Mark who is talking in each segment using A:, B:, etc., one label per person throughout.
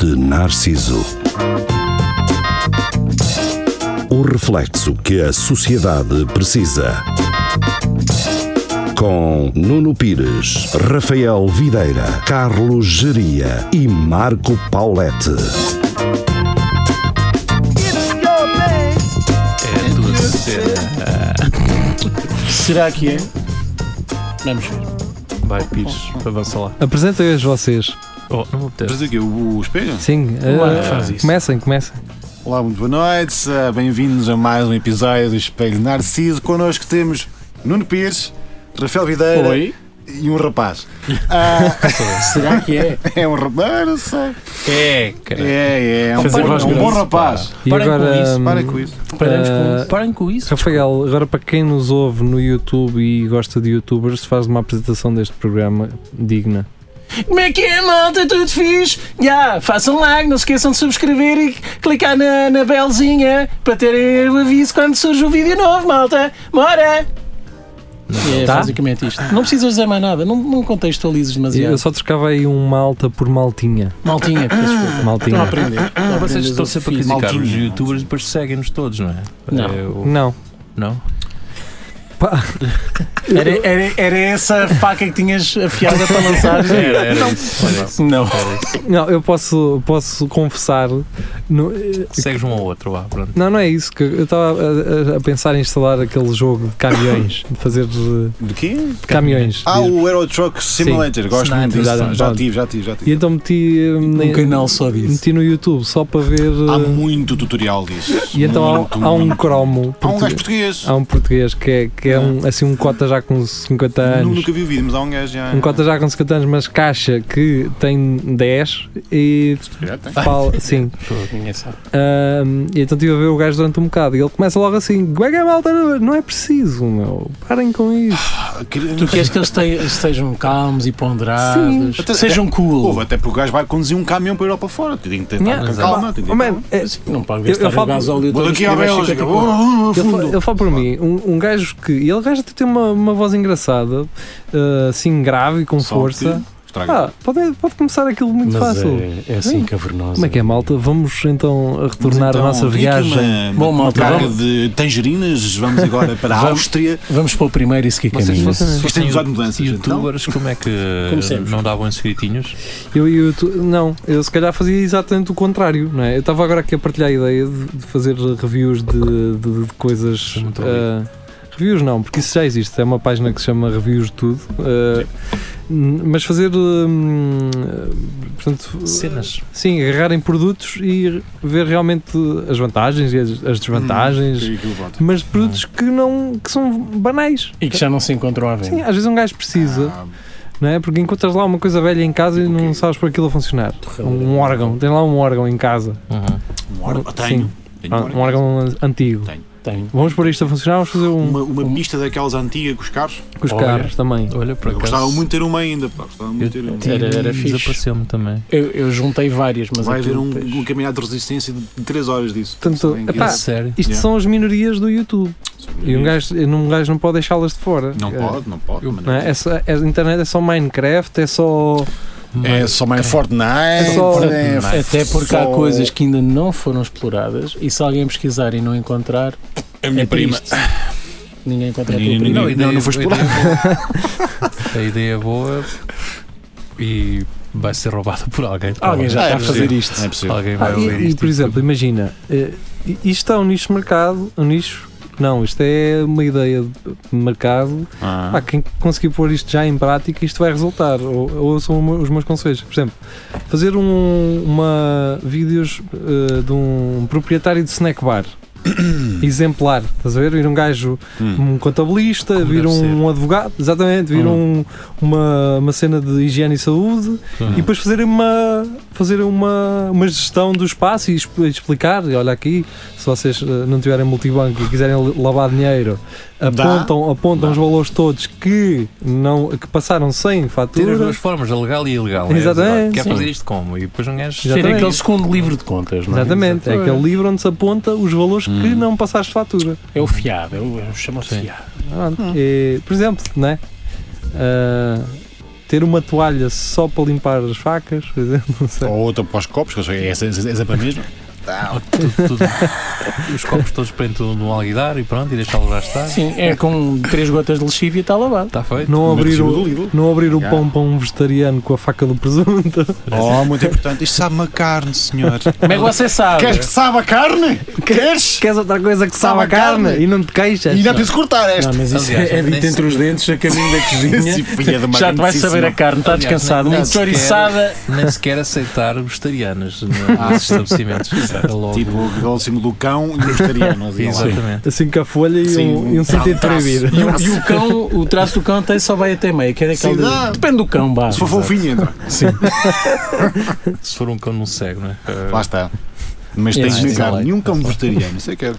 A: de Narciso. O reflexo que a sociedade precisa. Com Nuno Pires, Rafael Videira, Carlos Geria e Marco Paulette.
B: É tua cena.
C: Será que é? Vamos ver.
B: Vai, Pires, avança lá.
D: Apresentem hoje vocês.
B: Oh, não me apetece.
E: Mas o quê? O o espelho?
D: Sim,
B: Claro
D: eh,
B: que faz isso.
D: comecem, comecem.
E: Olá, muito boa noite, eh, bem-vindos a mais um episódio do Espelho Narciso. Connosco temos Nuno Pires, Rafael Videira
C: Oi?
E: e um rapaz. Ah,
C: Será que é?
E: é um rapaz, não sei.
B: É, cara.
E: É, é, é um,
B: Fazer
E: bom,
B: voz
E: é um bom
B: grossa,
E: rapaz.
D: E
B: Parem com isso,
D: hum,
E: Para com isso.
B: Paramos
D: eh,
B: com- Parem com isso.
D: Rafael, agora para quem nos ouve no YouTube e gosta de youtubers, faz uma apresentação deste programa digna.
C: Como é que é, malta? Tudo fixe? Já, façam like, não se esqueçam de subscrever e clicar na, na belzinha para terem o aviso quando surge um vídeo novo, malta. Bora! É
D: Tá?
C: basicamente isto. Não precisas dizer mais nada, não, não contextualizes demasiado.
D: Eu só trocava aí um malta por maltinha.
C: Maltinha, peço desculpa. Estão a
D: Maltinha.
C: aprender. Estão a aprender
B: Vocês estão
C: o
B: sempre a
C: ofício.
B: criticar os
E: Maldinho.
B: youtubers e depois seguem-nos todos, não é?
C: Não.
B: É o-
D: Não.
B: Não?
C: Era, era, era essa faca que tinhas afiada para lançar.
B: Era, era isso. era isso.
C: Não.
D: Não, eu posso, posso confessar. no-
B: Segues um ao outro, vá, pronto.
D: não, não é isso. que Eu estava a, a- a pensar em instalar aquele jogo de caminhões, de fazer de
E: De quê?
D: caminhões.
E: Ah, o Aero Truck Simulator. Gosto muito
D: Sniper.
E: disso.
D: Já-
E: Já
D: já-
E: tive, já tive, já
D: E
E: tive.
D: então meti hum,
C: Um
D: na-
C: canal só disso.
D: meti no YouTube só para ver.
E: Há
D: eh,
E: muito tutorial disso.
D: E então há-
E: Muito,
D: há, um
E: muito.
D: cromo.
E: Há um
D: portu-
E: gajo português.
D: há um português que é, que é um, assim um cota já com 50
E: Nu-
D: anos.
E: Nunca vi o vídeo, mas há um gajo já.
D: Um cota já com 50 anos, mas caixa que tem 10 e
E: Já tem.
D: fala. Sim.
C: Ninguém sabe.
D: Ahm, e então estive a ver o gajo durante um bocado e ele começa logo assim: como é que é malta? Não é preciso, meu. Parem com isso.
E: Ah, queria-
C: Tu queres que eles te- sejam calmos e ponderados,
E: Sim.
C: sejam cool.
E: Ouve, até porque o gajo vai conduzir um caminhão para a Europa fora. Tem que ter
D: Yeah.
E: Ah, calma, calma. tem que ter
D: Oh, man, é-
C: Sim, não pode
D: Eu- eu
C: gastar o
D: falo-
C: gasóleo
E: Vou
C: todo
E: daqui à
C: escrever
E: Bélgica.
C: 54.
E: Oh,
D: é tipo, Ele fa-
E: fundo.
D: Ele fala por mim, um, um gajo que. e Ele gajo até tem uma, uma voz engraçada, ah, assim grave e com
E: Só
D: força.
E: que Estraga.
D: Ah, pode, pode começar aquilo muito
C: Mas
D: fácil.
C: É, é assim cavernosa.
D: Como é que é, malta? Vamos então a retornar
E: Então,
D: a nossa
E: tem aqui
D: viagem.
E: Uma,
C: Bom,
E: uma
C: malta,
E: carga
C: vamos-
E: de tangerinas. Vamos agora para a
C: Vamos-
E: Áustria.
C: Vamos para o primeiro e seguir
B: Vocês
C: caminho.
B: fossem-
E: Isto tem
B: fossem
E: usado mudanças, então?
B: youtubers, como é que
C: Comecemos.
B: não davam inscritinhos?
D: Eu e o tu- Não, eu se calhar fazia exatamente o contrário, não é? Eu estava agora aqui a partilhar a ideia de, de fazer reviews de, de- de coisas.
B: Muito
D: ah, reviews não, porque isso já existe. É uma página que se chama Reviews de Tudo. ah, n- mas fazer. hum, ah, portanto,
B: Cenas.
D: Sim, agarrar em produtos e ver realmente as vantagens e as, as desvantagens.
E: Hum, e aquilo, pronto.
D: Mas produtos que não que são banais.
C: E que já não se encontram à venda.
D: Sim, às vezes um gajo precisa,
E: Ah,
D: não é? Porque encontras lá uma coisa velha em casa e não sabes por aquilo a funcionar. Um órgão, tem lá um órgão em casa.
B: Uhum.
E: um órgão.
D: Sim.
E: Tenho. Tenho
D: Ah, Um órgão an- antigo.
E: Tenho.
C: Tenho.
D: Vamos pôr isto a funcionar, vamos fazer um
E: Uma, uma pista daquelas antigas com os carros.
D: com os
B: Olha.
D: carros também.
B: Olha, por
E: Eu
B: acaso.
E: gostava muito de ter uma ainda. Pá. Gostava muito de ter uma.
B: Eu tive,
C: Era- era fixe.
B: Desapareceu-me também.
C: Eu, eu juntei várias, mas
E: Vai
C: aquilo-
E: haver um, um caminhado de resistência de 3 horas disso.
D: Portanto,
E: Sabem
D: epá,
B: A
D: Ah.
E: que-
B: sério.
D: Isto
E: Yeah.
D: são as minorias do YouTube. E um
E: Isso.
D: gajo, um gajo não pode deixá-las de fora.
E: Não
D: É,
E: pode, não pode. mas
D: Não é? É só- é- a internet é só Minecraft, é só.
E: É só mais Fortnite.
D: É só-
E: é
C: Até porque há
E: só-
C: coisas que ainda não foram exploradas e se alguém pesquisar e não encontrar,
E: A
C: é
E: minha prima.
C: triste. Ninguém encontra a tua
E: Ninguém-
C: prima.
E: ninguém-
B: a ideia-
E: não, não foste
B: a
E: por lá.
B: ideia é boa. A ideia é boa e vai ser roubada por alguém.
C: Alguém já
E: Ah, é
C: está a fazer
E: possível.
C: isto.
E: Não é tipo- possível.
B: Alguém
D: Ah,
B: vai
D: e-
B: ouvir
D: e,
B: isto.
D: por exemplo, imagina, eh, isto é um nicho de mercado, um nicho. Não, isto é uma ideia de mercado.
E: Ah.
D: Pá, quem conseguir pôr isto já em prática, isto vai resultar. Ou, ouçam o meu- os meus conselhos. Por exemplo, fazer um, uma vídeos eh, de um proprietário de snack bar. Exemplar, estás a ver? Vir um gajo,
E: Hum.
D: um contabilista,
B: Como
D: vir
B: deve
D: um advogado, exatamente, vir um- uma, uma cena de higiene e saúde,
B: Hum.
D: e depois fazerem uma, fazer uma, uma gestão do espaço e exp- explicar, e olha aqui, se vocês eh, não tiverem multibanco e quiserem l- lavar dinheiro,
E: Dá.
D: apontam, apontam
E: Dá.
D: os valores todos que, não, que passaram sem
B: Ter as
D: fatura.
B: duas formas, a legal e a ilegal. é
D: Exatamente.
B: verdade. Quer
C: Sim.
B: fazer isto como? E depois um gajo.
C: Ter
D: Exatamente.
C: aquele segundo livro de contas, não é?
D: Exatamente, é
C: Exatamente.
D: aquele livro onde se aponta os valores
B: Hum.
D: que não passaste fatura.
C: É o fiado, eu, eu chamo
B: Sim.
D: Hum.
C: fiado.
D: Pronto, é, por exemplo, né? Ah, ter uma toalha só para limpar as facas, por exemplo, não sei.
E: Ou outra para os copos, que eu sei, essa, essa, essa é para mim mesmo.
B: Tudo- tudo- os copos todos para dentro do alguidar e pronto, e deixá-lo lá estar.
C: Sim, é com três gotas de lexívia e está lavado.
B: Está feito.
D: Não
E: Mas
D: abrir,
E: do
D: o,
E: Lidl.
D: não abrir o
B: Ah.
E: Já.
D: pão para um vegetariano com a faca do presunto.
E: Oh, muito importante. Isto sabe uma carne, senhor.
C: Como é que você sabe?
E: Queres que saiba a carne? Queres?
D: Queres outra coisa que
E: Sabe
D: sabe
E: a
D: a carne?
E: carne?
D: E não te queixas?
E: E não preciso cortar esta.
C: Não, mas isso
B: Aliás,
C: é
B: nem
C: dito
B: sei.
C: entre os dentes a caminho da
E: Esse
C: cozinha.
E: filho de uma
C: Já te vais saber a
E: grandíssima.
C: carne, está
B: Aliás,
C: descansado,
B: nem-
C: muito
B: nem sequer-
C: chouriçada.
B: Nem sequer aceitar vegetarianas no- nos estabelecimentos. É logo.
E: Tipo o golzinho do cão e o vegetariano. assim, lá.
B: Exatamente.
D: Assim com a folha e
E: Sim,
D: um, e
E: um
D: um sentido
E: traço.
D: proibido.
C: E o, e o cão, o traço do cão até só vai até meio, que é daquele.
E: Sim, dá.
C: Depende do cão, vá.
E: Se for fofinho, então.
B: Se for um cão, não cego, não é?
E: Lá está. Mas tens
C: Yeah,
E: de comer
B: sim.
E: carne. Nenhum cão vegetariano. Isso é que é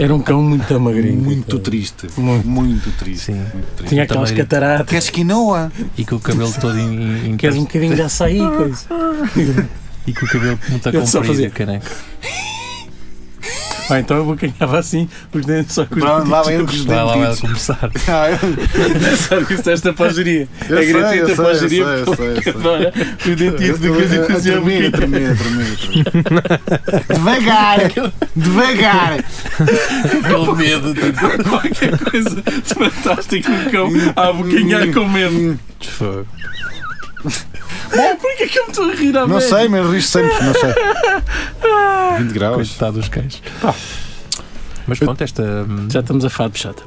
C: Era um cão muito magrinho.
E: muito triste.
C: então. Muito.
E: Muito triste.
B: Sim.
E: Muito triste.
C: Tinha aquelas
B: Muito magrinho.
C: cataratas.
E: Queres quinoa?
B: E com o cabelo todo em, em- em-
C: Queres um bocadinho de açaí? coisa?
B: E com o cabelo muito
C: Eu só fazia-
B: comprido, caneco.
C: Ou então eu vou canhava assim, os dentes só com os
E: Pronto,
C: dentes.
E: lá vem eu com os
B: Vai lá, vai lá
E: dentitos.
B: começar.
E: Ah, eu-
C: Sabe que isso desta pajaria?
E: Eu
C: É
E: sei, eu
C: gratuita
E: sei,
C: pajaria.
E: eu sei, eu sei.
C: Os dentinhos de
E: Eu- eu-
C: coisa e
E: eu-
C: fazia
E: a
C: um
E: tremer, a
C: bocadinho.
E: tremer, a tremer, a tremer. Devagar! Devagar!
B: Aquele medo, tipo,
C: Qualquer coisa fantástica um cão a boquinhar com medo.
B: desfogo.
C: Bom, porquê que eu me estou a rir à
E: Não
C: velha?
E: sei, mas rijo sempre, não sei. 20 graus.
B: Coitado dos cães. Mas pronto, esta,
C: Já estamos a fado puxado.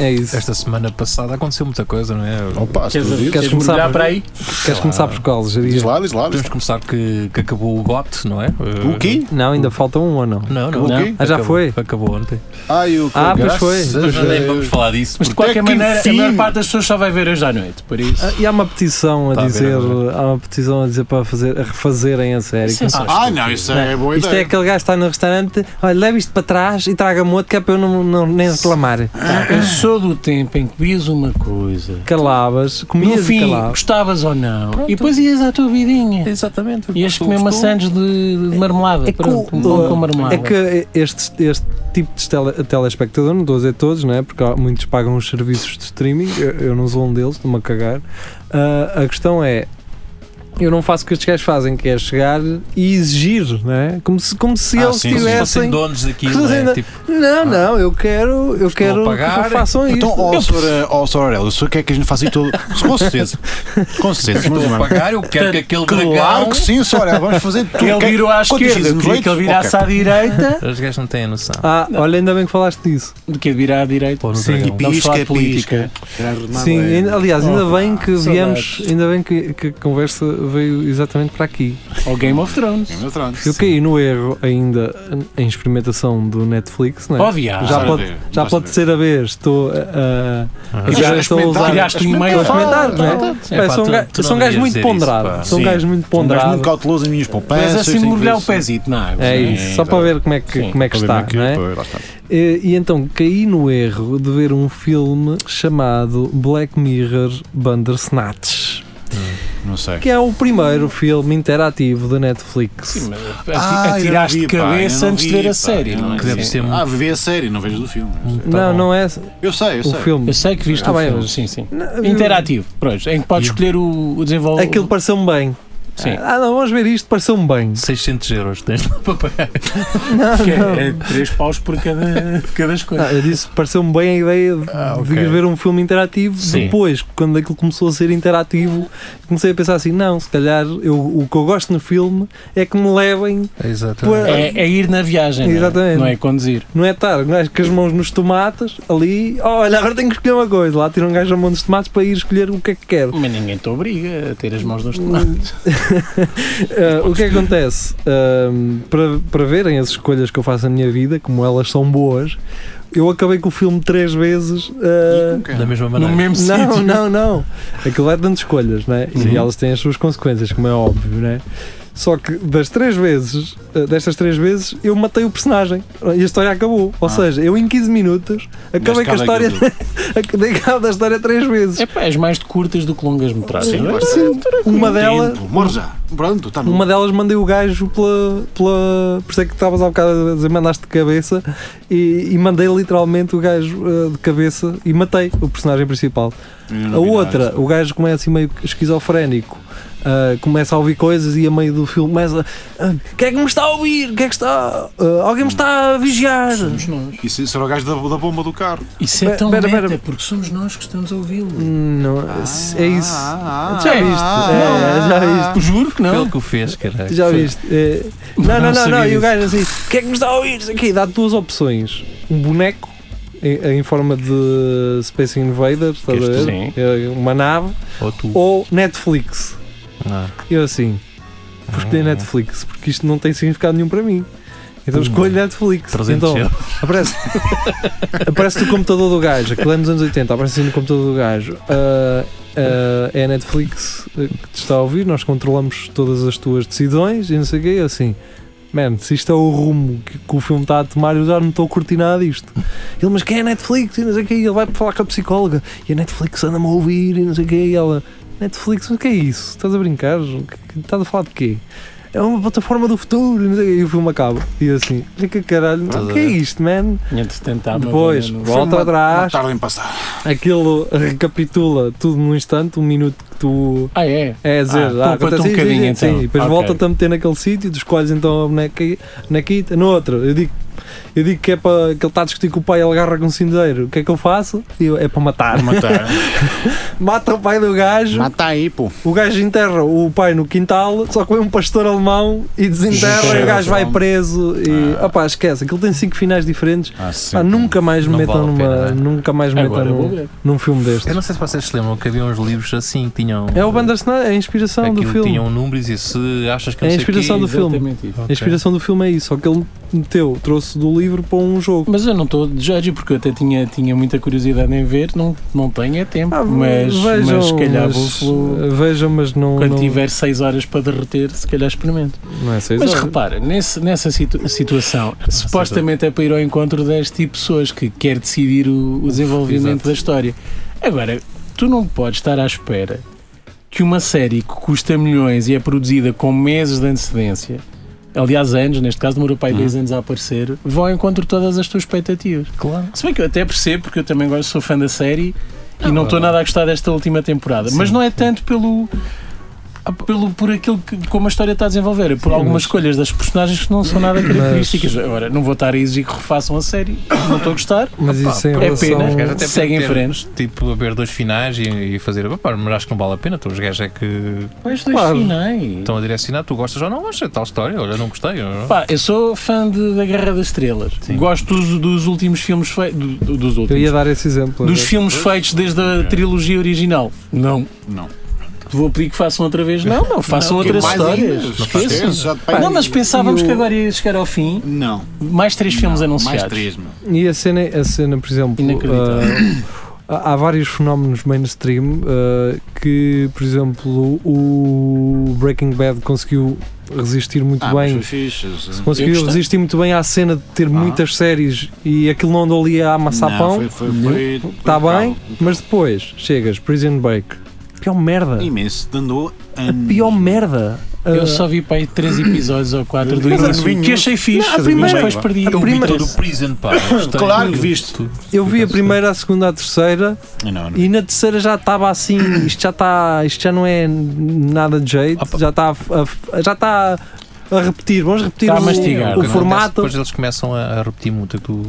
D: É isso.
B: esta semana passada aconteceu muita coisa, não é?
E: Opa, se tu
C: Queres,
E: dizes.
C: queres
D: começar
C: mergulhar
D: por-
C: para aí?
D: Queres começar por qual?
E: Diz
D: Jeria?
E: lá, diz lá. diz
B: Podemos começar que, que acabou o GOT, não é?
E: lá. O quê?
D: Não, ainda falta um ou não?
B: Não, não.
E: Acabou o
B: não.
E: quê?
D: Ah, já
B: Acabou-
D: foi?
B: Acabou ontem.
E: Ai, o que
D: Ah, pois foi.
E: graças
B: Mas
E: a
B: nem
E: Deus.
B: vamos falar disso.
C: Mas de
E: Até
C: qualquer
E: que
C: maneira, a
E: enfim.
C: maior parte das pessoas só vai ver hoje à noite, por isso.
D: Ah, E há uma petição a
B: Tá a ver,
D: dizer,
B: a
D: há uma petição a dizer para fazer, a refazerem a série.
C: Isso é só
E: Ah, não, isso é boa
D: Isto é
E: ideia.
D: aquele gajo que está no restaurante, olha, leva isto para trás e traga-me outro que é para eu não, não- nem reclamar.
C: estúpido. Ah, Eu sou do tempo em que vias uma coisa.
D: Calavas,
C: No
D: comias e
C: fim,
D: calavas.
C: gostavas ou não,
B: Pronto.
C: e depois ias à tua vidinha.
B: Exatamente.
C: Ias comer maçãs de, de marmelada.
D: É que
C: é Pronto,
D: o-
C: um pão com marmelada.
D: É que este, este tipo de tele- telespectador, não estou a dizer todos, não é? porque há- muitos pagam os serviços de streaming, eu, eu não sou um deles, estou-me a cagar. Ah, a questão é, eu não faço o que estes gajos fazem, que é chegar e exigir, não é? como se, como se
E: Ah,
D: eles
E: sim, sim.
B: Se
D: tivessem.
B: fossem donos daquilo,
D: Fossem
B: né?
D: donos.
B: tipo,
D: Não, não, eu quero, eu quero
B: pagar.
D: que façam isto.
E: Então, ó, Sr. ó, Sr. Aurélio, o senhor quer que a gente faça isso tudo? Com certeza. Com certeza. vamos
B: estou a
E: lá.
B: pagar, eu quero que aquele dragão.
E: Claro que sim, Sr. Aurélio, vamos fazer tudo. é
C: Ele
E: Quer-
C: virou à
E: quantos
C: esquerda, eu
E: dizes?
C: queria que ele
E: Oito?
C: virasse à direita.
B: Os gajos não têm noção.
D: Ah, olha, ainda bem que falaste disso.
C: Do que é virar à direita.
B: Pô, no
D: Sim,
B: dragão.
E: Ok. Pisca,
C: política.
E: pisca. Era
D: Sim,
E: arrumado,
D: ainda-
E: é.
D: aliás, ainda bem que
C: saudades.
D: viemos, ainda bem que, que a conversa veio exatamente para aqui.
C: Ou Game of Thrones.
E: Game of Thrones.
D: Eu caí no erro ainda em experimentação do Netflix, não é?
C: Óbvio.
D: já
E: Basta
D: pode,
E: ver,
D: já
E: Oh, basta
D: pode
E: ver.
D: ser a vez, estou a.
B: Ah.
D: já estou a usar.
E: Experimentar.
C: Tiraste um e-mail.
D: a experimentar, não é?
C: Tá, tá,
D: Pá, são
B: tu-
D: ga-
B: tu não
D: são gajos
B: devias
D: muito
B: dizer isso,
D: ponderados.
B: pá.
D: São
E: Sim.
D: gajos muito
E: Um gajo muito
D: ponderados.
E: cauteloso em minhas
C: Mas
E: poupanças.
C: assim de
E: tem
C: mergulhar o
E: que-
C: pézito na água.
D: É
C: não
D: isso, só
E: exato.
D: para ver como é que,
C: Sim,
D: como é que
E: Para ver
D: está,
E: como é que-
D: não é?
E: pois, lá está.
D: E, e então caí no erro de ver um filme chamado Black Mirror Bandersnatch,
E: Hum, Não sei.
D: que é o primeiro filme interativo da Netflix.
C: Sim, mas ati-
E: Ah,
C: atiraste
E: eu
C: de
E: não vi, pá, eu
C: cabeça
E: não
C: antes de
E: vi,
C: ver a
E: pá,
C: série,
E: eu
C: não é?
B: Que deve
C: Sim.
B: ser
E: Ah, vi a série, não vejo do filme.
D: não,
B: Tá bom.
D: não é
E: tá Eu sei, eu
D: o
E: sei.
D: filme.
C: Eu sei que viste
D: Ah,
C: o
D: bem,
C: filme,
D: mas-
C: sim, sim.
D: Não,
C: Interativo, pronto, em que podes
B: Eu-
C: escolher o, o desenvolver.
D: Aquilo pareceu-me bem.
C: Sim.
D: Ah, não, vamos ver isto, pareceu-me bem.
B: 600 euros tens lá para pagar.
D: Não,
C: que
D: Ah, não.
C: é, é três paus por cada, cada
D: Não,
C: escolha.
D: eu disse, pareceu-me bem a ideia de,
E: Ah,
D: de
E: ok.
D: ver um filme interativo.
C: Sim.
D: Depois, quando aquilo começou a ser interativo, comecei a pensar assim: não, se calhar eu- o que eu gosto no filme é que me levem,
B: Exatamente.
C: É, é ir na viagem, não é?
D: Ah. Exatamente.
C: não é conduzir.
D: não é estar um gajo com as mãos nos tomates ali. "Oh, olha, agora tenho que escolher uma coisa. Lá tira um gajo a mão nos tomates para ir escolher o que é que quer.
C: Mas ninguém te obriga a ter as mãos nos
D: Hum.
C: tomates.
D: Ah, o que é que acontece? Ahm, para, para verem as escolhas que eu faço na minha vida, como elas são boas, eu acabei com o filme três vezes. ah,
B: Da mesma
C: No
B: maneira.
C: mesmo
D: Não,
C: sítio.
D: não, não. Aquilo é dando escolhas, né?
C: Uhum.
D: E elas têm as suas consequências, como é óbvio, né? Só que das três vezes, eh, destas três vezes, eu matei o personagem e a história acabou. Ou seja, eu em 15 minutos acabei com a
E: Deste cabo
D: história.
E: àquilo.
D: Dei cabo da história três vezes.
C: É pá, és mais de curtas do que longas metragens.
E: Sim,
C: não é?
E: pode ser.
D: Uma delas.
E: Tempo, morre já. Pronto, está no.
D: Uma delas mandei o gajo pela. pela por isso é que estavas há bocado a dizer mandaste de cabeça e, e mandei literalmente o gajo eh, de cabeça e matei o personagem principal.
E: Eu
D: A
E: não vi nada.
D: outra, o gajo começa assim meio esquizofrénico, ah, começa a ouvir coisas e a meio do filme começa. ah, Quem é que me está a ouvir? Quem é que está. ah, alguém me está a vigiar?
C: Somos nós.
E: Isso, isso era o gajo da, da bomba do carro.
C: Isso é
D: Pera-
C: tão
D: pera-
C: meta,
D: pera.
C: porque somos nós que estamos a ouvi-lo.
D: Não, é isso.
E: Ah,
D: Já viste? É, já viste.
C: Juro que
B: Foi
C: não.
B: ele que o fez, caralho.
D: Já
B: Foi.
D: viste? É, Não, não, não, não.
B: sabia
D: E o gajo assim, o que é que me está a ouvir? Isso Aqui, dá duas opções. Um boneco em, em forma de Space Invaders, estás a
B: Este,
D: ver? É, Uma nave,
B: Ou tu.
D: ou Netflix.
B: Ah.
D: Eu assim, vou escolher Netflix, porque isto não tem significado nenhum para mim. Então
B: Pumba.
D: escolho Netflix.
B: 300
D: então,
B: euros.
D: aparece, aparece no computador do gajo, aquilo é nos anos 80, aparece assim no computador do gajo. ah, ah, é a Netflix ah, que te está a ouvir, nós controlamos todas as tuas decisões e não sei o quê. Eu assim, man, se isto é o rumo que, que o filme está a tomar, eu já não estou a curtir nada disto. Ele, mas quem é a Netflix? E não sei o quê. E ele vai falar com a psicóloga e a Netflix anda-me a ouvir e não sei o quê. E ela, Netflix, o que é isso? Estás a brincar? O que- que- Estás a falar de quê? É uma plataforma do futuro, e não sei o quê. E o filme acaba. E eu assim, olha que caralho,
B: Estás
D: o
B: a
D: que é
B: ver? Tá,
D: isto, man?
C: Entretanto, há uma
D: Depois,
C: banana no-
E: Foi
D: volta
E: uma-
D: atrás,
E: Uma tarde em passar.
D: aquilo recapitula tudo num instante, um minuto que tu.
C: Ah, é?
D: É a dizer,
C: Ah, poupa-te
D: acontece
C: um
D: isto,
C: bocadinho,
D: isto, isto,
C: então.
D: sim, e depois
C: Ok.
D: volta-te a meter naquele sítio, tu escolhes então a boneca, bonequita, no outro, eu digo, eu digo que é para que ele está a discutir com o pai, ele agarra com um cindeiro, o que é que eu faço? E eu, é para matar.
E: Matar.
C: tá,
D: Mata o pai do gajo,
E: Mata aí, pô.
D: o gajo enterra o pai no quintal, só que vem um pastor alemão e desenterra, e o gajo vai preso e opá, esquece, aquilo tem cinco finais diferentes.
E: Ah, sim.
D: Pá, nunca mais me
B: Não
D: metam
B: vale a
D: numa.
B: pena, né?
D: Nunca mais me metam
C: Agora vou
D: num,
C: ver.
D: num filme deste.
B: Eu não sei se vocês se lembram que havia uns livros assim que tinham.
D: É o Bandersnatch, é a inspiração
B: aquilo
D: do filme.
B: tinham números e se achas que
D: É
B: não
D: a
B: sei o quê-
D: inspiração do filme.
C: Exatamente isso.
D: A inspiração do filme é isso, só que ele meteu, trouxe do livro para um jogo.
C: Mas eu não estou de judge porque eu até tinha, tinha muita curiosidade em ver, não, não tenho é tempo.
D: Ah,
C: mas, mas se calhar
D: mas- eh,
C: vou. vou-
D: Vejam, mas não.
C: Quando
D: não,
C: tiver 6 horas para derreter, se calhar experimento.
D: Não
B: assim?
D: é seis
C: Mas
D: horas.
C: repara, nesse- nessa situ- situação, supostamente é para ir ao encontro deste tipo de pessoas que quer decidir o, o desenvolvimento
B: exato.
C: da história. Agora, tu não podes estar à espera que uma série que custa milhões e é produzida com meses de antecedência, aliás, anos, neste caso demorou para aí 10 anos a aparecer, vá ao encontro de todas as tuas expectativas.
B: Claro.
C: Se bem que eu até percebo, porque eu também agora sou fã da série e
D: é
C: não estou
B: ah.
C: nada a gostar desta última temporada. Mas não é tanto pelo. Pelo, por aquilo que como a história está a desenvolver, é por algumas
D: mas-
C: escolhas das personagens que não são nada características. Agora, não vou estar a exigir que refaçam a série, não estou a gostar.
D: Mas
B: Opa,
D: isso em
B: é
D: relação.
C: pena.
B: Os gajos até
C: Segue
B: podem
C: em
B: ter,
C: frente.
B: Tipo, a ver dois finais e, e fazer. Pá, mas acho que não vale a pena. Então, os gajos é que
C: Mas dois
D: Claro.
C: finais.
B: estão a direcionar. Tu gostas ou não gostas? é Tal história. Olha, não gostei. olha, não.
C: Então, Pá, eu sou fã de- da Guerra das Estrelas. Gosto dos, dos últimos filmes feitos. dos
D: Eu
C: últimos.
D: ia dar esse exemplo. eh,
C: dos
D: agora.
C: filmes feitos desde a trilogia original. Não.
E: Não.
C: Vou pedir que façam outra vez. Não, não, façam
E: Que
C: outras
E: mais
C: histórias.
E: ainda?
C: Esqueçam.
E: Esquece, já de
C: Pá,
E: pai-
C: não, mas pensávamos
D: e o-
C: que agora ia chegar ao fim.
E: Não.
C: Mais três filmes
E: Não,
C: anunciados.
E: Mais três, meu.
D: E a cena, a cena por exemplo.
C: Inacreditável.
D: ah, há há vários fenómenos mainstream ah, que, por exemplo, o Breaking Bad conseguiu resistir muito
E: Ah, mas
D: bem
E: foi fixe.
D: Se
C: Eu
D: conseguiu
C: gostei. Ah.
D: resistir muito bem à cena de ter muitas séries e aquilo não andou ali a amassar
E: Não,
D: pão,
E: foi- foi- foi-
C: um
E: foi
D: está Tá bem,
E: impecável.
D: mas depois chegas, Prison Break, pior merda,
E: Imenso. Andou
D: a pior merda.
C: Eu
D: Ah,
C: só vi para aí três episódios ou quatro do
E: Mas
C: início,
E: vi
C: que
E: nenhum.
C: achei fixe,
D: Não, a
C: mas
D: primeira-
C: depois perdi.
D: a
C: o
D: primeira-
B: Todo
C: interesse.
B: o Prison, pá. não gostei.
E: Claro que viste.
B: Tudo.
D: eu vi a
B: Ficaste-
D: primeira, a segunda, a terceira
E: Ah, Não, não.
D: e na terceira já estava assim, isto já está, isto já não é nada de jeito,
B: Opa.
D: já está, a f- a f- já está a repetir, vamos repetir
C: Está a
D: o-
C: Tá mastigar.
D: o
B: que acontece,
D: formato.
B: Depois eles começam a a repetir muito o que tu.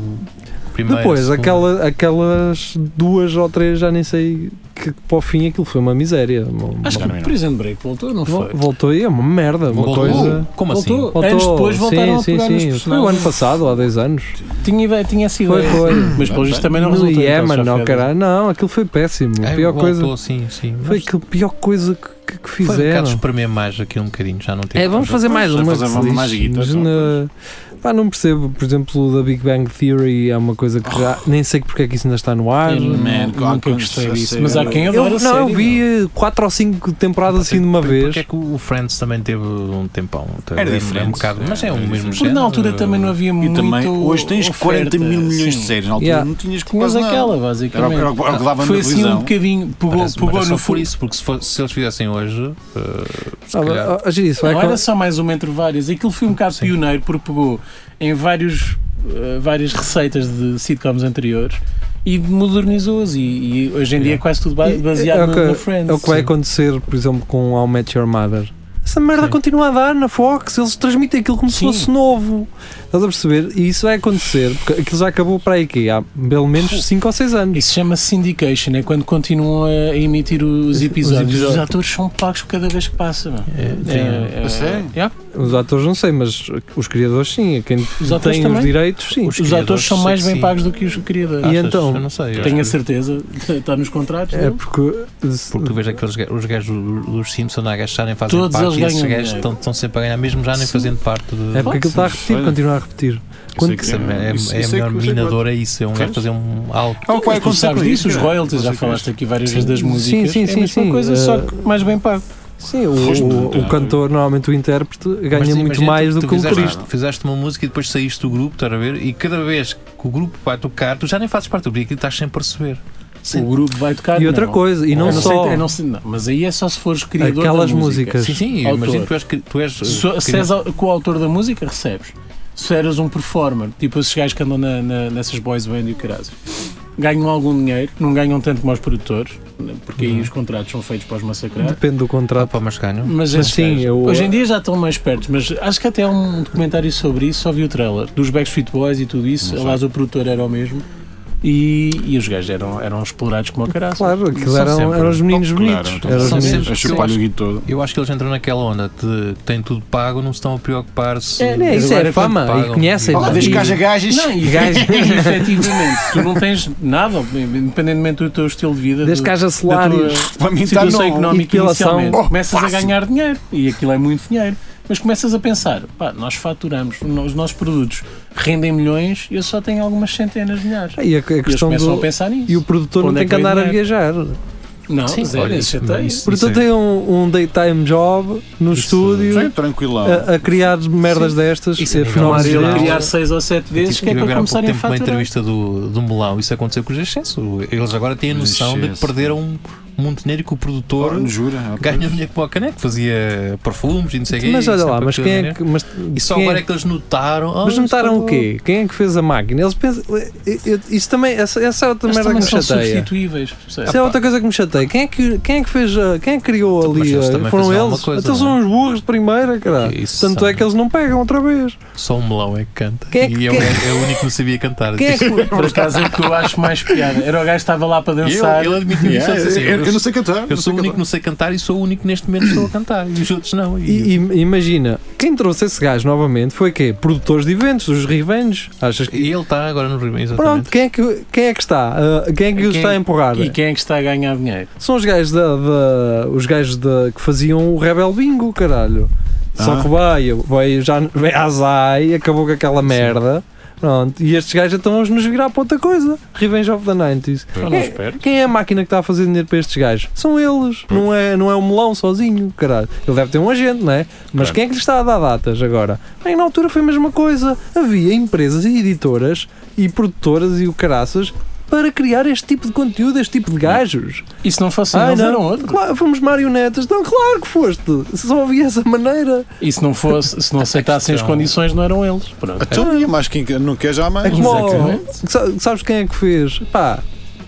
B: Primeiro,
D: Depois,
B: segundo.
D: aquela, aquelas duas ou três, já nem sei, que para o fim aquilo foi uma miséria. Uma-
C: Acho que
E: Não,
C: o
E: não.
C: Prison Break voltou, não
D: Vol-
C: foi?
D: Voltou e é uma merda, uma
B: Voltou?
D: coisa.
B: Como
C: Voltou?
B: assim?
D: Voltou,
C: Anos depois voltaram
D: sim,
C: a pegar
D: sim,
C: nos
D: sim. Foi
C: personagens.
D: o ano passado, há 10 anos.
C: Tinha, ideia, tinha essa
D: Foi,
C: ideia.
D: foi.
C: Mas pelo visto também não
D: no
C: resultou. então,
D: Yemen,
C: só
D: não,
C: foi-
D: caralho. Não, aquilo foi péssimo. A
B: É,
D: pior coisa.
B: Voltou, sim, sim.
D: Foi
B: Mas
D: aquilo, pior coisa que- que, que
B: Foi um bocado
D: fizeram.
B: espremer mais aqui um bocadinho, já não tem.
D: É, vamos fazer mais
E: Vamos
D: uma.
E: fazer
D: que se
E: mais
D: lixe.
E: guita,
D: Mas
E: então,
D: na- Pá, não percebo, por exemplo, da Big Bang Theory é uma coisa que já
B: Oh.
D: nem sei porque é que isso ainda está no ar.
C: Hum,
E: Man,
C: Nunca
E: claro que eu
C: gostei
E: não sei.
C: disso, mas há quem
D: Eu,
C: adora a
D: não, eu
C: série,
D: vi eh, quatro ou cinco temporadas assim de uma
B: Porque-
D: vez.
B: Porque é que o Friends também teve um tempão.
E: Era
B: É um- É
E: diferente.
B: um bocado, mas é o
E: Era
B: mesmo
E: diferente.
C: Porque
B: género.
C: na altura também não havia
E: E
C: muito.
E: também, hoje tens 40 mil milhões de séries, na altura
D: Yeah.
E: não tinhas
C: Tinhas
E: quase nada.
C: aquela,
E: Era, o-
C: basicamente.
E: era o era o que dava
C: Foi
E: na
C: assim
E: televisão.
C: um bocadinho, pegou,
B: Parece,
C: pegou
B: parece
C: no
B: só por
C: fundo.
B: isso, porque se, fosse- se eles fizessem hoje, eh, se
D: Ah,
B: calhar,
D: ah, ah, giro, isso vai
C: Não
D: acabar-
C: era só mais uma entre várias. Aquilo foi um bocado
B: Sim.
C: pioneiro porque pegou em vários, eh, várias receitas de sitcoms anteriores e modernizou-as. E, e hoje em dia é quase tudo ba-
D: E-
C: baseado
D: é o
C: no-
D: que-
C: no Friends.
D: É o que vai
C: Sim.
D: acontecer, por exemplo, com How I Met Your Mother. Essa merda
B: Sim.
D: continua a dar na Fox, eles transmitem aquilo como se
C: Sim.
D: fosse novo. Estás a perceber? E isso vai acontecer, porque aquilo já acabou para aí que é há pelo menos 5 ou 6 anos.
C: Isso chama-se syndication, é quando continuam a emitir os episódios. Os,
D: episódios.
C: atores são pagos por cada vez que passa. Mano.
B: É,
C: É, é,
E: A sério?
C: yeah.
D: Os atores não sei, mas os criadores sim, é quem
C: Os atores
D: tem
C: também?
D: os direitos sim.
C: Os atores são
B: criadores,
C: mais
B: sim,
C: bem
B: sim.
C: pagos do que os criadores.
D: E
B: achas?
D: então,
B: Eu não sei. eu
C: Tenho a
B: acho que-
C: certeza, está nos contratos.
D: É
C: não?
D: porque.
B: Porque tu vês aqueles ga- os gajos do- dos Simpsons a gastarem fazem
C: Todos
B: parte
C: eles
B: e esses
C: ganham
B: gajos
C: dinheiro.
B: estão, estão sempre a ganhar, mesmo já nem
C: Sim.
B: fazendo parte de.
D: É porque aquilo está a repetir,
E: Olha.
D: continua a repetir. Quando que
B: Isso é, é, é a melhor minadora, é isso. É um gajo
E: Pois.
B: fazer um algo.
E: Ah, o que vai
C: Mas tu
E: acontecer
C: sabes
E: com
C: disso,
E: é isso,
C: os
E: cara?
C: royalties, já
E: Vocês
C: falaste aqui várias vezes das
D: né? Sim,
C: músicas.
D: sim,
C: é a
D: sim,
C: mesma
D: sim.
C: coisa,
D: Eh,
C: só que mais bem pago.
D: Sim, o,
E: Foste
D: o-
E: muito,
D: o
E: é.
D: cantor, normalmente o intérprete, ganha
B: Mas
D: muito
B: imagina,
D: mais
B: tu-
D: do
B: tu
D: que um o
B: fizeste,
D: turista.
E: corista.
B: fizeste uma música e depois saíste do grupo, estás a ver? E cada vez que o grupo vai tocar, tu já nem fazes parte do grupo e aquilo estás sem perceber.
C: O grupo vai tocar.
D: E outra
C: não.
D: coisa, e
C: Eu
D: não,
C: não sei-
D: só.
C: eu não sei- não, mas aí é só se fores criador da
D: Aquelas
C: música.
D: músicas.
B: Sim, sim,
C: Autor.
B: imagina que tu és. que- Tu és eh,
C: Se, se
B: que-
C: és o coautor da música, recebes. Se eras um performer, tipo esses gajos que andam na- na- nessas boys band e o caralho, ganham algum dinheiro, não ganham tanto como os produtores, porque aí os contratos são feitos para os massacrar.
D: Depende do
B: Ah,
D: contrato.
B: pá, mas ganho.
C: Mas,
D: Uhum. Mas
C: esses
D: sim,
C: gajos,
D: eu-
C: hoje em dia já estão mais perto, mas acho que até há um documentário sobre isso, só vi o trailer, dos Backstreet Boys e tudo isso,
E: Não sei.
C: aliás o produtor era o mesmo, e, e os gajos eram, eram explorados como o caralho.
D: Claro, aquilo um-
B: São
D: eram,
B: sempre.
D: eram os meninos bonitos.
E: Claro,
D: eram os
B: são
D: meninos.
B: sempre-
E: a chupar-lhe o guito todo.
B: Eu acho que eles entram naquela onda de que têm tudo pago, não se estão a preocupar se.
C: É,
D: Não,
C: Mas
D: isso
B: agora
D: é fama,
B: quando pagam-
D: e conhecem.
E: Olá,
D: e-
E: desde que haja gajas.
C: Não, e,
D: Gajo.
C: e efetivamente, tu não tens nada, independentemente do teu estilo de vida,
D: desde
C: do-
D: que haja
C: da tua
D: salários.
E: Para mim está
C: situação
E: não.
C: económica
D: Depilação.
C: inicialmente.
E: Oh,
C: começas a
E: fácil.
C: ganhar dinheiro e aquilo é muito dinheiro. Mas começas a pensar, pá, nós faturamos, no- os nossos produtos rendem milhões e eu só tenho algumas centenas de milhares.
D: E a, a
C: E eles
D: questão
C: começam a
D: do.
C: pensar nisso.
D: E o produtor não
C: Onde é
D: tem que
C: que vem
D: andar a
C: dinheiro?
D: viajar.
C: Não,
B: Sim,
C: zero, é
B: olha,
C: isso,
B: isso-
C: até
B: isso-
D: O produtor
B: é-
D: tem um, um daytime job no
B: Isso- é.
D: estúdio
E: Sim, tranquilão.
D: a, a criar merdas destas.
B: Isso é
D: a
C: Mas
D: fenómenos
C: ele
B: Não.
D: destes.
C: criar seis ou sete
B: Eu
C: vezes, que é
B: tive
C: para
B: agora há pouco
C: começarem a
B: tempo uma
C: faturar.
B: entrevista do, do Melão, isso aconteceu com os excesso. Eles agora têm a noção de que
E: Excesso.
B: perderam muito dinheiro e que o produtor
E: Ora, não jura. ah, pois.
B: ganha dinheiro com a caneca, fazia perfumes e não sei o quê.
D: Mas
B: e
D: olha lá,
B: sempre
D: mas
B: aquele
D: quem é
B: dinheiro.
D: que. Mas,
B: E só
D: quem é
B: agora é que eles notaram. "Ah,
D: Mas
B: isto
D: notaram o
B: acabou."
D: quê? Quem é que fez a máquina? Eles pensam. eu- eu- Isso também. Essa, essa é outra
C: Mas
D: merda que
C: também
D: me
C: são
D: chateia.
C: substituíveis. percebe?
D: Isso é outra coisa que me chateia. Quem é que, quem é que fez. a- Quem é que criou
B: Então, Mas
D: ali?
B: eles
D: a-
B: também
D: Foram
B: fazem
D: eles?
B: alguma coisa,
D: então são
B: não é?
D: uns burros de primeira, cara.
B: Isso
D: Tanto
B: são.
D: é que eles não pegam outra vez.
B: Só o Melão é que canta.
D: Quem é que-
B: e eu
D: quem-
B: é, é o único que não sabia cantar.
D: Quem é que.
C: Por acaso é o que eu acho mais piada. Era o gajo que estava lá para
B: Ele,
C: dançar.
B: ele admitiu isso.
E: Yeah,
B: ele
E: eu,
B: disse assim,
E: eu- eu não sei cantar.
B: Eu sou o único que não sei cantar e sou o único que neste momento estou a cantar. E os outros não.
D: E, e- imagina, quem trouxe esse gajo novamente foi quê? Produtores de eventos, os revenge. Achas que.
B: e ele está agora no Rio
D: Pronto, quem é que, quem é que está? Ah, quem é que os
B: Quem-
D: está a empurrar?
C: E quem é que está a ganhar dinheiro?
D: São os gajos da, da- os gajos da, que faziam o Rebel Bingo, caralho. Só
E: Ah.
D: que veio, veio, já, veio a Zai, acabou com aquela merda. Pronto, e estes gajos então vamos nos virar para outra coisa. Revenge of the 90s.
C: Eu não
D: Quem-
C: espero.
D: Quem é a máquina que está a fazer dinheiro para estes gajos? São eles, não é, não é o melão sozinho, caralho. Ele deve ter um agente, não é? Mas
E: Claro.
D: quem é que lhe está a dar datas agora? Bem, na altura foi a mesma coisa. Havia empresas e editoras e produtoras e o caraças para criar este tipo de conteúdo, este tipo de gajos.
C: E se não fosse um, eles eram outro.
D: Ah, Claro, fomos marionetas. Não, claro que foste. Só havia essa maneira.
C: E se não fosse, se não aceitassem as
B: questão-
C: condições, não eram eles. Pronto.
E: Então, e mais quem não quer já há
D: É
E: mais.
D: como
C: exatamente.
D: sa- sabes quem é que fez? Pá,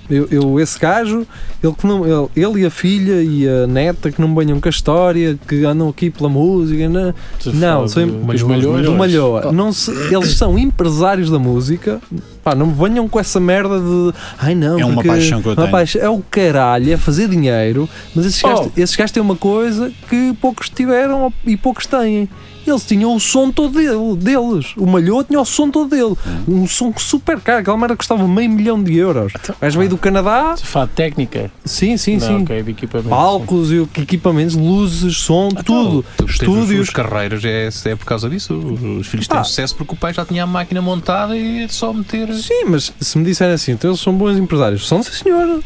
D: eu, eu- esse gajo, ele, que não, ele, ele e a filha e a neta que não banham com a história, que andam aqui pela música, né? não, não,
C: é, Os
D: são
C: malhões. Ah.
D: do Malhoa. Não se- eles são empresários da música, Pá, não me venham com essa merda de. Ai não,
E: É uma
D: porque-
E: paixão que eu
D: uma
E: tenho."
D: paixão- é o caralho, é fazer dinheiro, mas esses,
C: Oh.
D: gajos, esses gajos têm uma coisa que poucos tiveram ou- e poucos têm. Eles tinham o som todo dele- deles. O Malhou tinha o som todo dele.
E: Hum.
D: Um som super caro. Aquela merda custava meio milhão de euros. Mas veio do Canadá.
C: Fala de técnica.
D: Sim, sim,
C: Então, Tipo, não,
D: sim.
C: ok, de equipamento.
D: Palcos e o- equipamentos, luzes, som,
C: Então,
D: tudo.
B: Tu tens Os,
D: Estúdios.
B: os carreiros é, é por causa disso. Os filhos têm
D: Pá.
B: sucesso porque o pai já tinha a máquina montada e é só meter.
D: Sim, mas se me disserem assim, então eles são bons empresários. São, sim, senhor.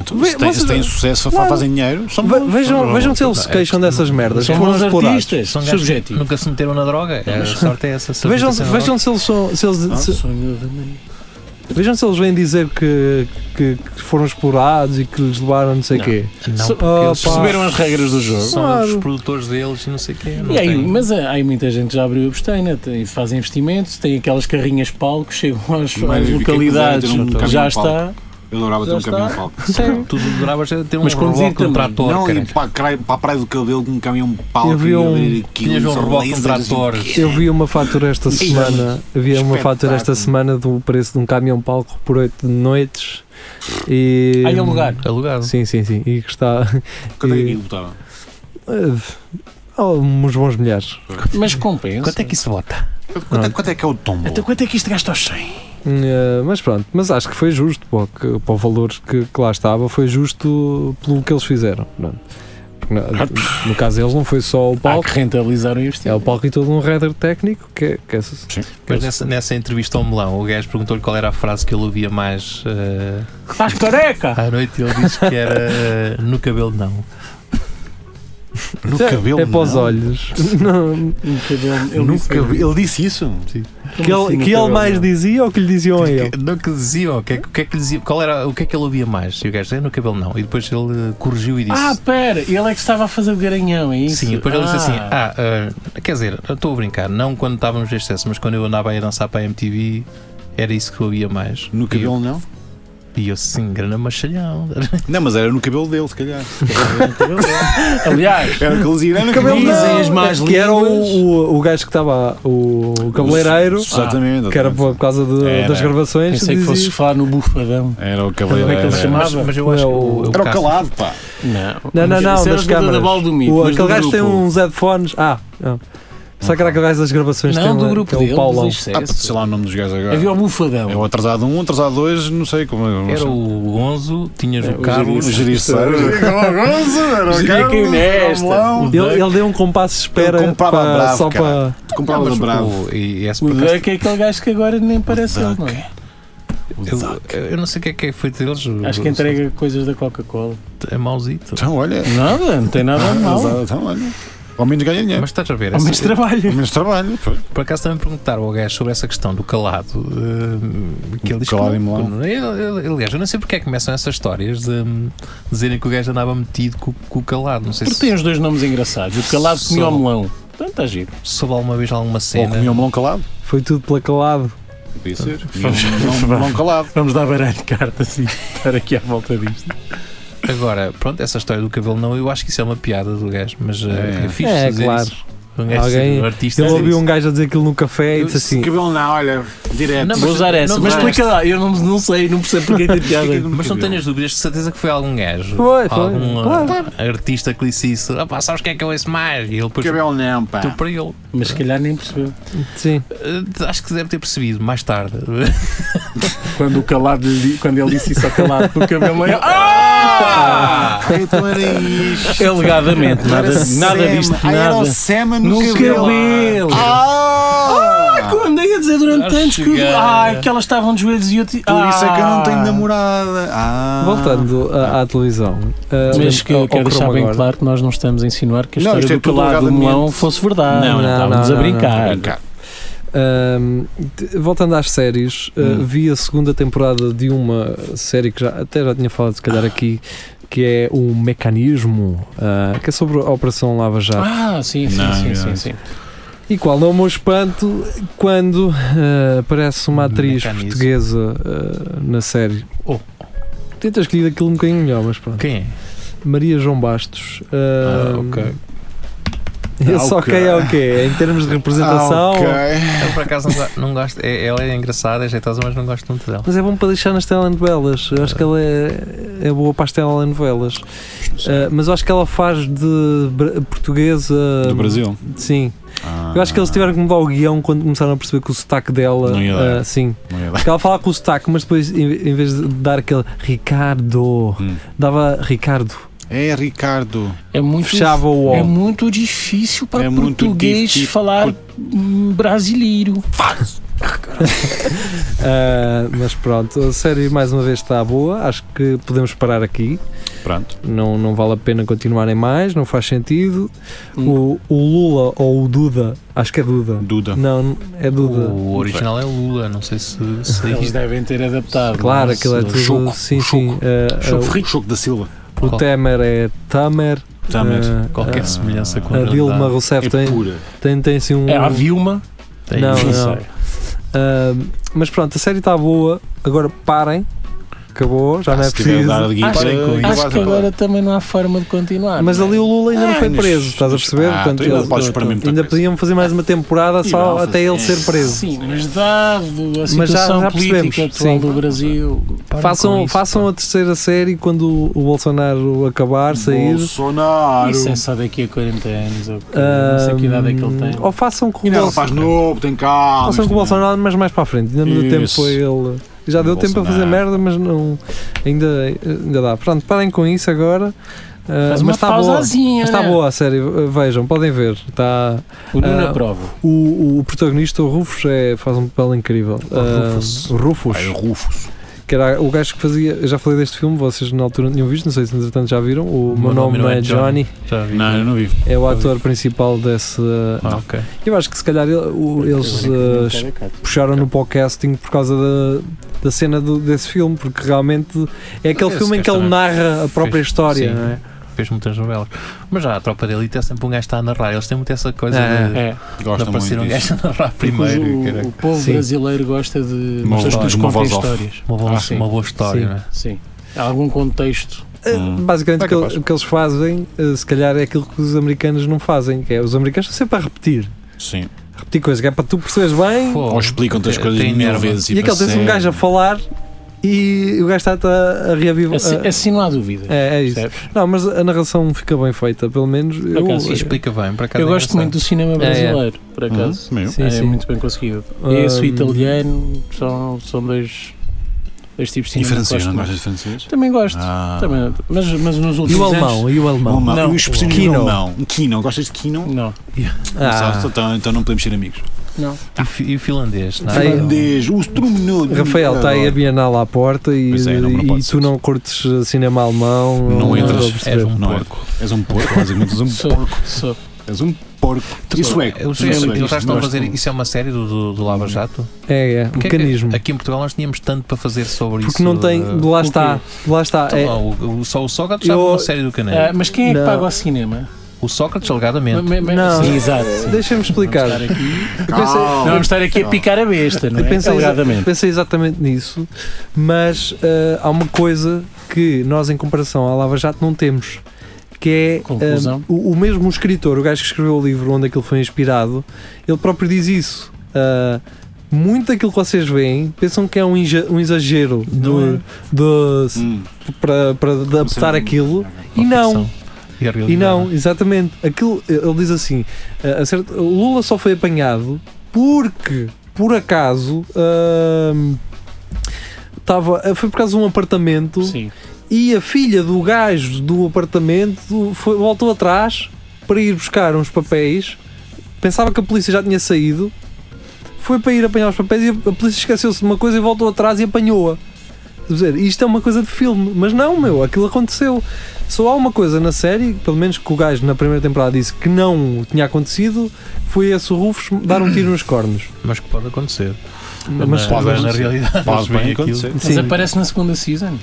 E: Então,
D: Vê-
E: se, têm, se
D: vocês-
E: têm sucesso, fa-
D: Claro.
E: fazem dinheiro. São
D: Ve-
E: bons.
D: Vejam, vejam se eles se queixam dessas merdas.
C: São
D: que foram
C: bons
D: explorados.
C: artistas,
B: São gajos que
C: É subjetivo.
B: Nunca se meteram na droga. É, a sorte é essa. a
D: Vejam,
B: sorte é essa
D: vejam se eles são. Se eles, se-
C: Sonho de mim.
D: vejam se eles vêm dizer que, que, que foram explorados e que lhes levaram não sei o
B: Não.
D: quê.
B: droga. Não,
C: se-
B: porque
D: Oh,
B: eles
D: pá.
B: perceberam
E: Perceberam as regras do jogo.
B: são os
D: Claro.
B: produtores deles e não sei o quê. Não
C: E aí,
B: têm-
C: mas há, há muita gente que já abriu a besteira, tem, fazem investimentos, tem aquelas carrinhas palco, chegam às,
E: Mas o
C: às
E: que é que
C: localidades,
E: puderam ter um
C: já
E: caminhão
C: está.
E: Eu adorava ter
C: Já
E: um caminhão
C: está.
E: de palco.
C: Sim.
B: Tu adoravas era ter um
C: Mas conduzir
B: reboque de um
C: também.
B: trator.
E: não,
B: caralho.
E: e para a, praia, para a praia do cabelo com um caminhão de palco.
D: Eu vi
E: e
D: um-
E: abrir aquilo,
B: Tinhas um
E: só
B: reboque de um
E: lasers,
B: trator.
E: assim,
D: Eu vi uma fatura esta semana. Havia uma fatura esta
E: Espetáculo.
D: semana do preço de um caminhão palco por 8 noites. E.
C: Aí é lugar.
B: Alugado.
D: Sim, sim, sim. E que está.
E: Quanto é que
D: E-
E: aquilo botava?
D: eh, oh, uns bons milhares.
C: Mas compensa.
B: Quanto é que isso bota?
E: Quanto é, quanto é que é o tombo?
C: Então quanto é que isto gasta aos 100?
D: Eh, mas pronto, mas acho que foi justo pô, que- para o valor que, que lá estava, foi justo pelo que eles fizeram. pronto. Porque na- no caso deles não foi só o
C: Há
D: palco,
C: Ah, que rentabilizar o
D: é o
C: investimento.
D: palco e todo um header técnico que, é- que é essa-
B: Mas nessa, nessa entrevista ao Melão, o gajo perguntou-lhe qual era a frase que ele ouvia mais eh,
C: Estás careca!
B: à noite e ele disse que era eh, no cabelo não.
E: No
D: é,
E: cabelo?
D: é para os
E: não.
D: olhos. Não,
C: Um cabelo- ele
E: No
C: disse-
E: cabelo. Ele disse isso?
C: como assim,
D: que ele,
C: no
D: que ele
C: cabelo,
D: mais
C: não?
D: dizia ou que lhe diziam a ele?
B: Que- Não que diziam, o que, é, que- o que é que lhe dizia, qual era, o que é que ele ouvia mais? E o gajo disse, é no cabelo não. E depois ele eh, corrigiu e disse.
C: Ah, pera, ele é que estava a fazer o garanhão, é isso?
B: Sim, e depois ele disse assim:
C: Ah,
B: Ah, ah, quer dizer, eu estou a brincar, não quando estávamos no excesso, mas quando eu andava a dançar para a MTV, era isso que eu ouvia mais.
E: No cabelo não?
B: E eu, e eu sim, grande machalhão.
E: Não, mas era no cabelo dele, se calhar.
C: Aliás,
E: Era o que ele dizia. Era no
C: Cabelo
E: cabelo dele.
C: Dizem as más
D: que era o,
C: línguas.
D: o, o gajo que estava o, o cabeleireiro,
E: Exatamente.
D: que era por causa de-
E: Era.
D: das gravações.
C: pensei que
D: dizia-
C: fosses falar no bufadão.
E: Era o
C: Como é que ele se
E: cabeleireiro.
C: chamava?
B: Mas, mas eu acho que o,
E: Era o
B: Castro-
E: calado, pá.
C: Não,
D: Não, não, não,
C: Isso era o
D: das
C: jogador
D: câmaras.
C: da bola do mito,
D: O,
C: mas do
D: aquele gajo tem
C: grupo. Ah.
D: uns headphones. Ah, não. Será que era aquele gajo das gravações? que
C: Não,
D: tem
C: do
D: lá,
C: grupo
D: que é
C: dele,
D: o Paulão.
C: mas
E: Ah, sei lá o nome dos gajos agora.
C: Havia um o bufadão.
E: É o atrasado 1, atrasado 2, não sei como é.
B: Era o Gonzo, tinhas
C: É,
B: o
C: o
B: Carlos.
E: O Gericeiro. Era o
C: Diria que
E: Carlos, era o
C: nesta.
E: Melão.
D: Ele, ele deu um compasso de
E: Ele
D: espera
E: comprava
D: para-
E: bravo,
D: só
E: cara.
D: para.
E: Tu
B: Não,
E: compravas
B: Ah, mas
E: o Bravo.
B: o- e- e esse
C: O
B: por acaso-
C: Duck é aquele gajo que agora nem parece ele, não é?
B: eu, eu não sei o que é que é feito deles. o-
C: Acho que entrega coisas da Coca-Cola.
B: É mauzito.
E: Então, olha.
C: Nada, não tem nada de mal.
E: Exato, Então, olha. Ao menos ganha dinheiro.
B: Mas estás a ver,
C: Ao
B: essa-
C: menos
E: Ao
C: trabalha.
E: menos trabalho. pô.
B: por acaso também perguntaram ao gajo sobre essa questão do calado. eh, que ele diz que
E: Calado
B: não-
E: em Melão.
B: que não- ele- ele- Aliás, eu não sei porque é que começam essas histórias de hum, dizerem que o gajo andava metido com, com o calado. Não sei
C: Porque
B: se
C: tem os dois nomes engraçados. O calado comia o melão. Portanto, está giro.
B: soube alguma vez alguma
E: Ou
B: cena.
E: comia um melão calado.
D: Foi tudo pela calado.
E: Podia ser. Um melão calado.
C: Vamos dar baralho de cartas e estar aqui à volta disto.
B: Agora, pronto, essa história do cabelo não, eu acho que isso é uma piada do gajo, mas eh, é,
E: É.
B: fixe
D: É,
B: dizer
D: claro.
B: isso. Um gajo
D: Alguém-
B: ser um artista
D: Ele
C: É
B: dizer
D: ouviu
B: isso.
D: um gajo a dizer aquilo no café e
B: Eu-
D: disse assim.
E: Cabelo não, olha. Direto.
B: Não,
C: Vou É usar essa,
B: não
C: mas
B: usaste.
C: explica lá. Eu não, é? não sei, não percebo porque tem piada. é
B: Mas não tenhas dúvidas, de certeza que foi algum gajo.
D: Foi, foi,
B: algum
D: claro.
B: ah, artista que lhe disse isso. Ah, pá, sabes o que é que eu ouço mais? E ele depois
E: Cabelo é não, pá.
B: deu para ele.
C: Mas se calhar nem percebeu.
D: Sim.
B: Ah, acho que deve ter percebido mais tarde.
C: Quando o calado lhe di- quando ele disse isso ao calado do cabelo, ele. Ah!
E: Ah, então era isto.
C: Alegadamente, nada,
E: Era
C: nada
E: sema.
C: disto,
E: Ah, Era o
C: nada.
E: sema no,
C: No cabelo.
E: Ah!
C: Como andei a dizer durante
B: Acho
C: tantos que.
B: que-
C: Ai, que elas estavam de joelhos e eu. Ti...
E: Por isso é que eu não tenho
C: Ah.
E: namorada. Ah.
D: Voltando à, à televisão. ah,
C: Mas que
D: ao-
C: eu
D: ao
C: quero deixar
D: Chroma
C: bem
D: Guard.
C: claro que nós não estamos a insinuar que a
E: Não,
C: história
E: isto é
C: do
E: tudo
C: calado do melão
E: alegadamente.
C: fosse verdade.
E: Não,
C: Não,
E: não,
C: estávamos
D: não,
C: a
D: não,
C: brincar.
E: Brincar.
D: Ahm, t- voltando às séries, ah, vi a segunda temporada de uma série que já, até já tinha falado, se calhar, aqui, que é o Mecanismo, ah, que é sobre a Operação Lava Jato.
C: Ah, sim, sim,
E: Não,
C: sim,
E: não.
C: sim, sim.
D: E qual não é o meu espanto quando eh, aparece uma atriz
B: Mecanismo.
D: portuguesa eh, na série?
B: Oh.
D: Podia ter escolhido aquilo um
B: é?
D: bocadinho melhor, mas pronto.
B: Quem é?
D: ah, Maria João Bastos. eh,
B: Ah, ok.
D: Esse
E: Ok.
D: ok é o quê? Em termos de representação.
E: Ah, Ok.
B: Eu Então, por acaso não, go- não gosto. é- Ela é engraçada, é jeitosa, mas não gosto muito dela.
D: Mas é bom para deixar nas telenovelas. Eu acho que ela é, é boa para as telenovelas. Ah, mas eu acho que ela faz de bra- portuguesa.
E: Do Brasil. Ah,
D: Sim. Eu acho que eles tiveram que mudar o guião quando começaram a perceber que o sotaque dela.
E: Não ia dar.
D: ah, sim.
E: Não ia dar.
D: Porque ela fala com o sotaque, mas depois, em, em vez de dar aquele Ricardo,
E: Hum.
D: dava Ricardo.
E: É Ricardo.
C: É muito,
D: Fechava o O.
C: é muito difícil para
E: É muito
C: português
E: difí-
C: falar hum, brasileiro.
D: Ah, mas pronto, a série mais uma vez está boa. Acho que podemos parar aqui.
E: Pronto.
D: Não, não vale a pena continuarem mais, não faz sentido. O, o Lula ou o Duda, acho que é Duda.
E: Duda.
D: Não, é Duda.
B: O original é Lula, não sei se. se é
C: Eles devem ter adaptado.
D: claro,
C: mas,
D: aquilo é
C: uh,
D: tudo.
E: Choco,
D: sim,
E: o
D: sim.
E: Choco.
D: ah, ah,
E: Choco, Choco da Silva.
D: o
B: qual-
D: Temer é Tamer.
E: Tamer.
D: ah,
B: qualquer
D: ah,
B: semelhança com
D: a, Dilma
B: realidade.
D: Rousseff
E: É
D: tem,
E: pura.
D: tem, tem assim um.
C: É a Vilma.
B: Tem
D: Não,
B: isso.
D: não. ah, mas pronto, a série está boa. Agora parem. Acabou, já não é
E: Ah, Se tiver
D: preciso.
E: a dar de
C: Acho-
E: guita,
C: Acho que agora também não há forma de continuar.
D: Mas
C: não é?
D: ali o Lula ainda não foi
E: Ah,
D: preso,
E: mas-
D: estás a perceber?
E: Ah, então ainda
D: eles-
E: podes esperar muita
D: ainda
E: coisa.
D: podiam fazer mais uma temporada
E: E
D: só
E: não, é
D: até ele
E: sim.
D: ser preso.
C: Sim, mas dado a
D: já-
C: situação
D: já percebemos,
C: política atual
D: sim.
C: do Brasil,
B: Parem
D: Façam,
B: com isso,
D: façam
B: pá.
D: a terceira série quando o Bolsonaro acabar, sair.
E: Bolsonaro.
C: isso é só daqui a 40 anos. Ou, que- não sei que idade é que ele tem.
D: Ahm, eh, Ou façam com
E: E
D: o
E: não, faz
D: Bolsonaro.
E: novo, tem calma.
D: Façam
E: isto é
D: com o
E: não-
D: Bolsonaro, mas mais para a frente. Ainda não deu tempo
E: Isso.
D: foi ele. Já deu tempo para fazer
E: Bolsonaro.
D: merda, mas não. Ainda, ainda dá. Pronto, parem com isso agora. Ah,
C: Faz uma
D: mas está boa.
C: pausazinha.
D: Mas está
C: né?
D: boa a série, vejam, podem ver. Está,
C: O Nuno é
D: Ah,
C: aprova.
D: o, o- o protagonista, o Rufus, é, faz um papel incrível. Ah,
B: Rufus.
D: Rufus.
E: Ai, um- É Rufus.
D: que era o gajo que fazia. Eu já falei deste filme, vocês na altura não tinham visto, não sei se entretanto já viram. O, meu nome, não é Johnny,
B: Já vi.
E: Não, eu não vi.
D: é o ator principal desse.
B: Ah, ok.
D: Eu acho que se calhar ele- o- eles eh, es- puxaram no podcasting por causa da, da cena do- desse filme, porque realmente é aquele
B: Esse
D: filme em que
B: gajo
D: ele
B: também
D: narra a própria
B: fez-
D: história,
B: sim.
D: não é?
B: Fez muitas novelas. Mas já a tropa de elite é sempre um gajo que está a narrar. Eles têm muito essa coisa
D: É,
B: de.
C: É.
E: Gosto
B: não aparecer um
E: muito disso.
B: gajo a narrar primeiro.
C: o,
B: caraca.
C: o povo
D: Sim.
C: brasileiro gosta de
E: Uma
C: pessoas que
E: voz-
C: nos
E: uma
C: contem
E: voz off.
C: histórias.
B: Uma boa,
C: Ah, sim.
B: uma boa história,
D: Sim.
B: não é?
C: Sim. Há algum contexto.
D: Eh,
E: Hum.
D: Basicamente
E: É
D: o que,
E: capaz.
D: o que eles fazem, eh, se calhar é aquilo que os americanos não fazem, que é os americanos estão sempre a repetir.
E: Sim.
D: Repetir coisas, que é para tu perceberes bem
B: Fogo.
E: Ou explicam-te as
B: Tem-
E: coisas
B: tem
E: mil
B: nerva.
E: vezes.
D: E aquele tem
E: parece-
D: um gajo a falar e o gajo está-te a, a reavivar.
C: Assim,
D: a-
C: assim não há dúvida.
D: ah, é, é isso.
C: percebes?
D: Não, mas a narração fica bem feita, pelo menos. Eu,
C: acaso,
B: E explica bem, é para cá
C: Eu gosto muito do cinema brasileiro, por acaso.
E: Hum, meu.
D: Sim,
C: é
D: sim. Ah, hum.
C: muito bem conseguido.
D: eh,
C: Esse o italiano são, são dois, dois tipos de
E: E
C: cinema. que
E: francês,
C: assim, gosto
E: não
C: muito.
E: gostas de francês?
C: Também gosto.
E: Ah.
C: Também, mas, mas nos
D: E
C: últimos
D: o
C: anos-
D: alemão, e o alemão.
E: Alemão.
C: Não.
E: E o expressionismo
D: Quino.
E: alemão. Um Quino. Gostas de Quino?
C: Não.
E: Não
D: Ah,
E: sabes? Então, então não podemos ser amigos.
B: E, fi- e o finlandês, não é?
D: Aí-
E: Finlandês, o Strumenudo.
D: Rafael, está aí a Bienal à porta e,
E: Pois é, não- não
D: e
E: pode
D: tu
E: ser.
D: não curtes cinema alemão.
E: Não
D: dá
E: entras,
D: para perceber.
B: és um
E: Não é.
B: porco.
E: És um porco, basicamente. És um
C: Sou,
E: porco.
C: sou.
E: És um porco. E sueco.
B: Então, Eu sei,
E: é Não sei,
B: eles já estão a
E: gosto
B: fazer.
E: muito.
B: Isso é uma série do, do, do Lava Jato?
D: É, é,
B: O que é que-
D: mecanismo.
B: aqui em Portugal nós tínhamos tanto para fazer sobre isso.
D: porque não tem.
B: eh,
D: Lá está, lá está.
B: então,
D: é-
B: não, o- o- só o Sócrates sabe
D: Eu-
B: uma série do canal.
C: Ah, mas quem é que
D: Não.
C: paga o cinema?
B: o Sócrates, alegadamente.
C: Me- me-
D: Não.
C: Sim, exato. sim.
D: Deixa-me explicar.
C: Vamos estar aqui-
D: Eu pensei-
E: Calma.
C: Não vamos estar aqui a picar a besta, não
D: Eu
C: é?
D: pensei, exa-
C: Alegadamente.
D: pensei exatamente nisso, mas eh, há uma coisa que nós, em comparação à Lava Jato, não temos. Que é
C: Conclusão.
D: eh, o, o mesmo escritor, o gajo que escreveu o livro onde aquilo foi inspirado, ele próprio diz isso. Eh, muito daquilo que vocês veem pensam que é um, inja- um exagero
C: é?
D: do, do-
E: Hum.
D: para, para adaptar
E: Sim.
D: aquilo
C: É
D: e
B: Para a
D: não.
B: é ficção E, a
D: E
B: realidade.
D: não, exatamente. Aquilo, ele diz assim: ah, a certa- o Lula só foi apanhado porque, por acaso, ahm, tava, foi por causa de um apartamento
C: Sim.
D: e a filha do gajo do apartamento foi- voltou atrás para ir buscar uns papéis. Pensava que a polícia já tinha saído, foi para ir apanhar os papéis e a polícia esqueceu-se de uma coisa e voltou atrás e apanhou-a. Quer dizer, isto é uma coisa de filme, mas não, meu, aquilo aconteceu. Só há uma coisa na série, pelo menos que o gajo na primeira temporada disse que não tinha acontecido, foi esse o Rufus dar um tiro nos cornos.
B: Mas que pode acontecer.
D: Mas,
B: Mas, é
E: pode
B: na
E: acontecer.
B: realidade,
E: Pode
B: eles veem
E: bem
B: aquilo.
E: acontecer.
C: Mas
D: sim,
C: aparece na segunda season.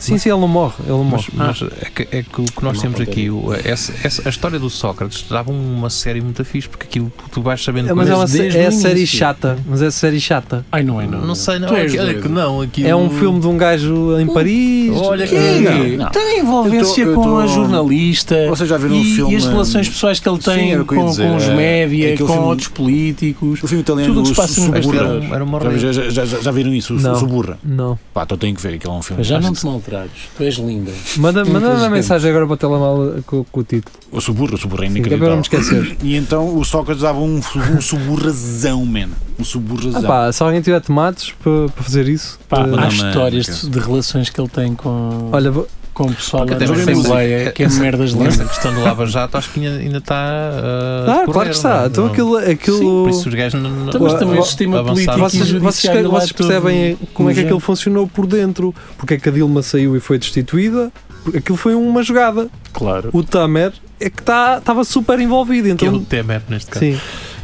D: Sim, sim, ele não morre. Ele não morre.
B: Mas, mas é, que, é que o que nós temos aqui, o- é essa- essa- a história do Sócrates dava uma série muito fixe, porque aquilo tu vais sabendo
D: É, mas é uma
B: coisas
D: sé-
B: desde
D: é
B: o
D: série
B: início.
D: chata. Mas é série chata.
C: Ai, não é, não.
B: Não sei, não.
C: Tu és
B: aqui- olha
C: doido.
B: que não, aqui
D: É um filme de um gajo em Paris. é?
B: Olha que
C: Quê?
E: é? Não, não.
C: Tem envolvência
E: Eu tô- eu
C: com
E: tô-
C: a jornalista
E: Vocês já viram
C: e,
E: um filme.
C: e as relações pessoais que ele
E: Sim,
C: tem
E: era o que eu ia
C: com,
E: dizer,
C: com os
E: é-
C: média,
E: é aquele
C: com
E: filme-
C: outros políticos.
E: O filme italiano
C: Tudo o que se passa
E: Su-
C: no
B: Este era,
E: Suburra.
B: um, era uma
E: Já, já- já- já- já viram isso? O
D: Não.
E: Suburra.
D: Não.
E: Pá, então tenho que ver aquele é um filme.
C: Mas já não
E: fantástico.
C: te maltrates, tu és linda.
D: Manda, manda uma
C: Inteligente.
D: mensagem agora para o telemóvel com, com o título.
E: O Suburra, o Suburra é
D: Sim, que é para eu não me
E: inacreditável.
D: esquecer.
E: E então o Sócrates dava um, su- um suburrazão, man. Um
D: Ah,
E: suburrazão.
D: pá, se alguém tiver tomates para, para fazer isso.
C: Pá,
D: eh,
E: mas-
C: há
E: não,
C: histórias
E: mas-
C: de, de relações que ele tem com,
D: olha, vou-
C: com o pessoal
B: Porque
C: lá na
B: até mesmo
C: Assembleia,
B: música-
C: que é
B: essa-
C: merdas de
B: Essa questão do Lava Jato acho que ainda, ainda está. ah, a
D: Ah,
B: decorrer,
D: claro que
B: não
D: está.
B: é?
D: Então
B: Não-
D: aquilo. aquilo
B: Por isso os gajos não. não-
C: Então, mas também
D: o
C: sistema
B: avançaram.
C: político-
D: vocês,
C: e o
D: vocês,
C: judiciário lá
D: vocês
C: é todo
D: percebem como é que
C: nojento.
D: aquilo funcionou por dentro. Porque é que a Dilma saiu e foi destituída. Porque Aquilo foi uma jogada.
C: Claro.
D: O Tamer é que tá- estava super envolvido.
B: Que é o
D: Então,
B: Temer, neste caso.
D: sim.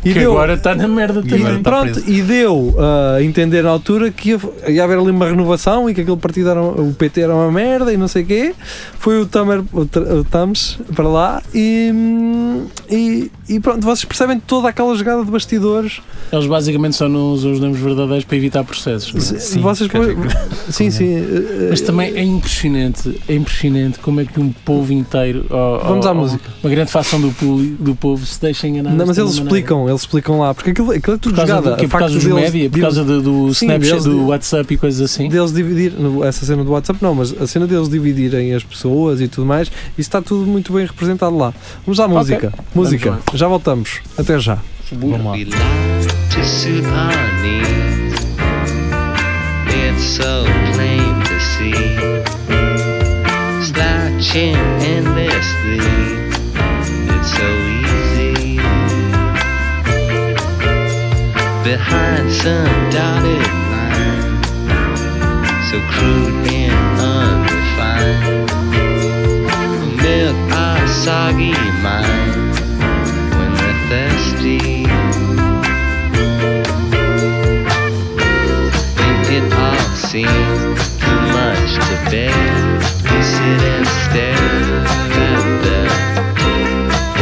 D: E
C: Que
D: deu-
C: agora está na merda
B: E
D: E,
B: agora
C: também.
B: tá
D: pronto,
B: preso.
D: e deu ah, a entender na altura que ia, ia haver ali uma renovação e que aquele partido era um- o PT era uma merda e não sei o quê. Foi o Tamer, o, Tr- o Tams para lá e, hum, e, e pronto, vocês percebem toda aquela jogada de bastidores.
C: Eles basicamente só não usam os nomes verdadeiros para evitar processos. não é?
B: Sim,
D: vocês
B: quer dizer,
D: Sim, sim. eh,
C: Mas
D: eh,
C: também é impressionante, é impressionante como é que um povo inteiro, ó, ó,
D: Vamos à
C: ó,
D: música.
C: uma grande fação do, público, do povo se deixa enganar.
D: Não, mas
C: desta
D: eles
C: maneira.
D: explicam, eles explicam lá, porque aquilo, aquilo é tudo
C: Por causa,
D: jogada.
C: do quê?
D: a
C: por causa
D: facto
C: dos
D: deles-
C: média, por
D: deles-
C: causa do, do
D: Sim,
C: Snapchat,
D: deles-
C: do WhatsApp e coisas assim?
D: deles dividir, no- essa cena do WhatsApp não, mas a cena deles dividirem as pessoas e tudo mais, isso está tudo muito bem representado lá. Vamos à música. Música,
C: Vamos
D: já voltamos. Até já.
B: Vamos lá.
F: We love to soothe our needs. It's so plain to see. Slouching endlessly, it's so easy. Behind some dotted line, so crude and unrefined. Milk our soggy minds when we're thirsty. And it all seems too much to bear. You sit and stare at the,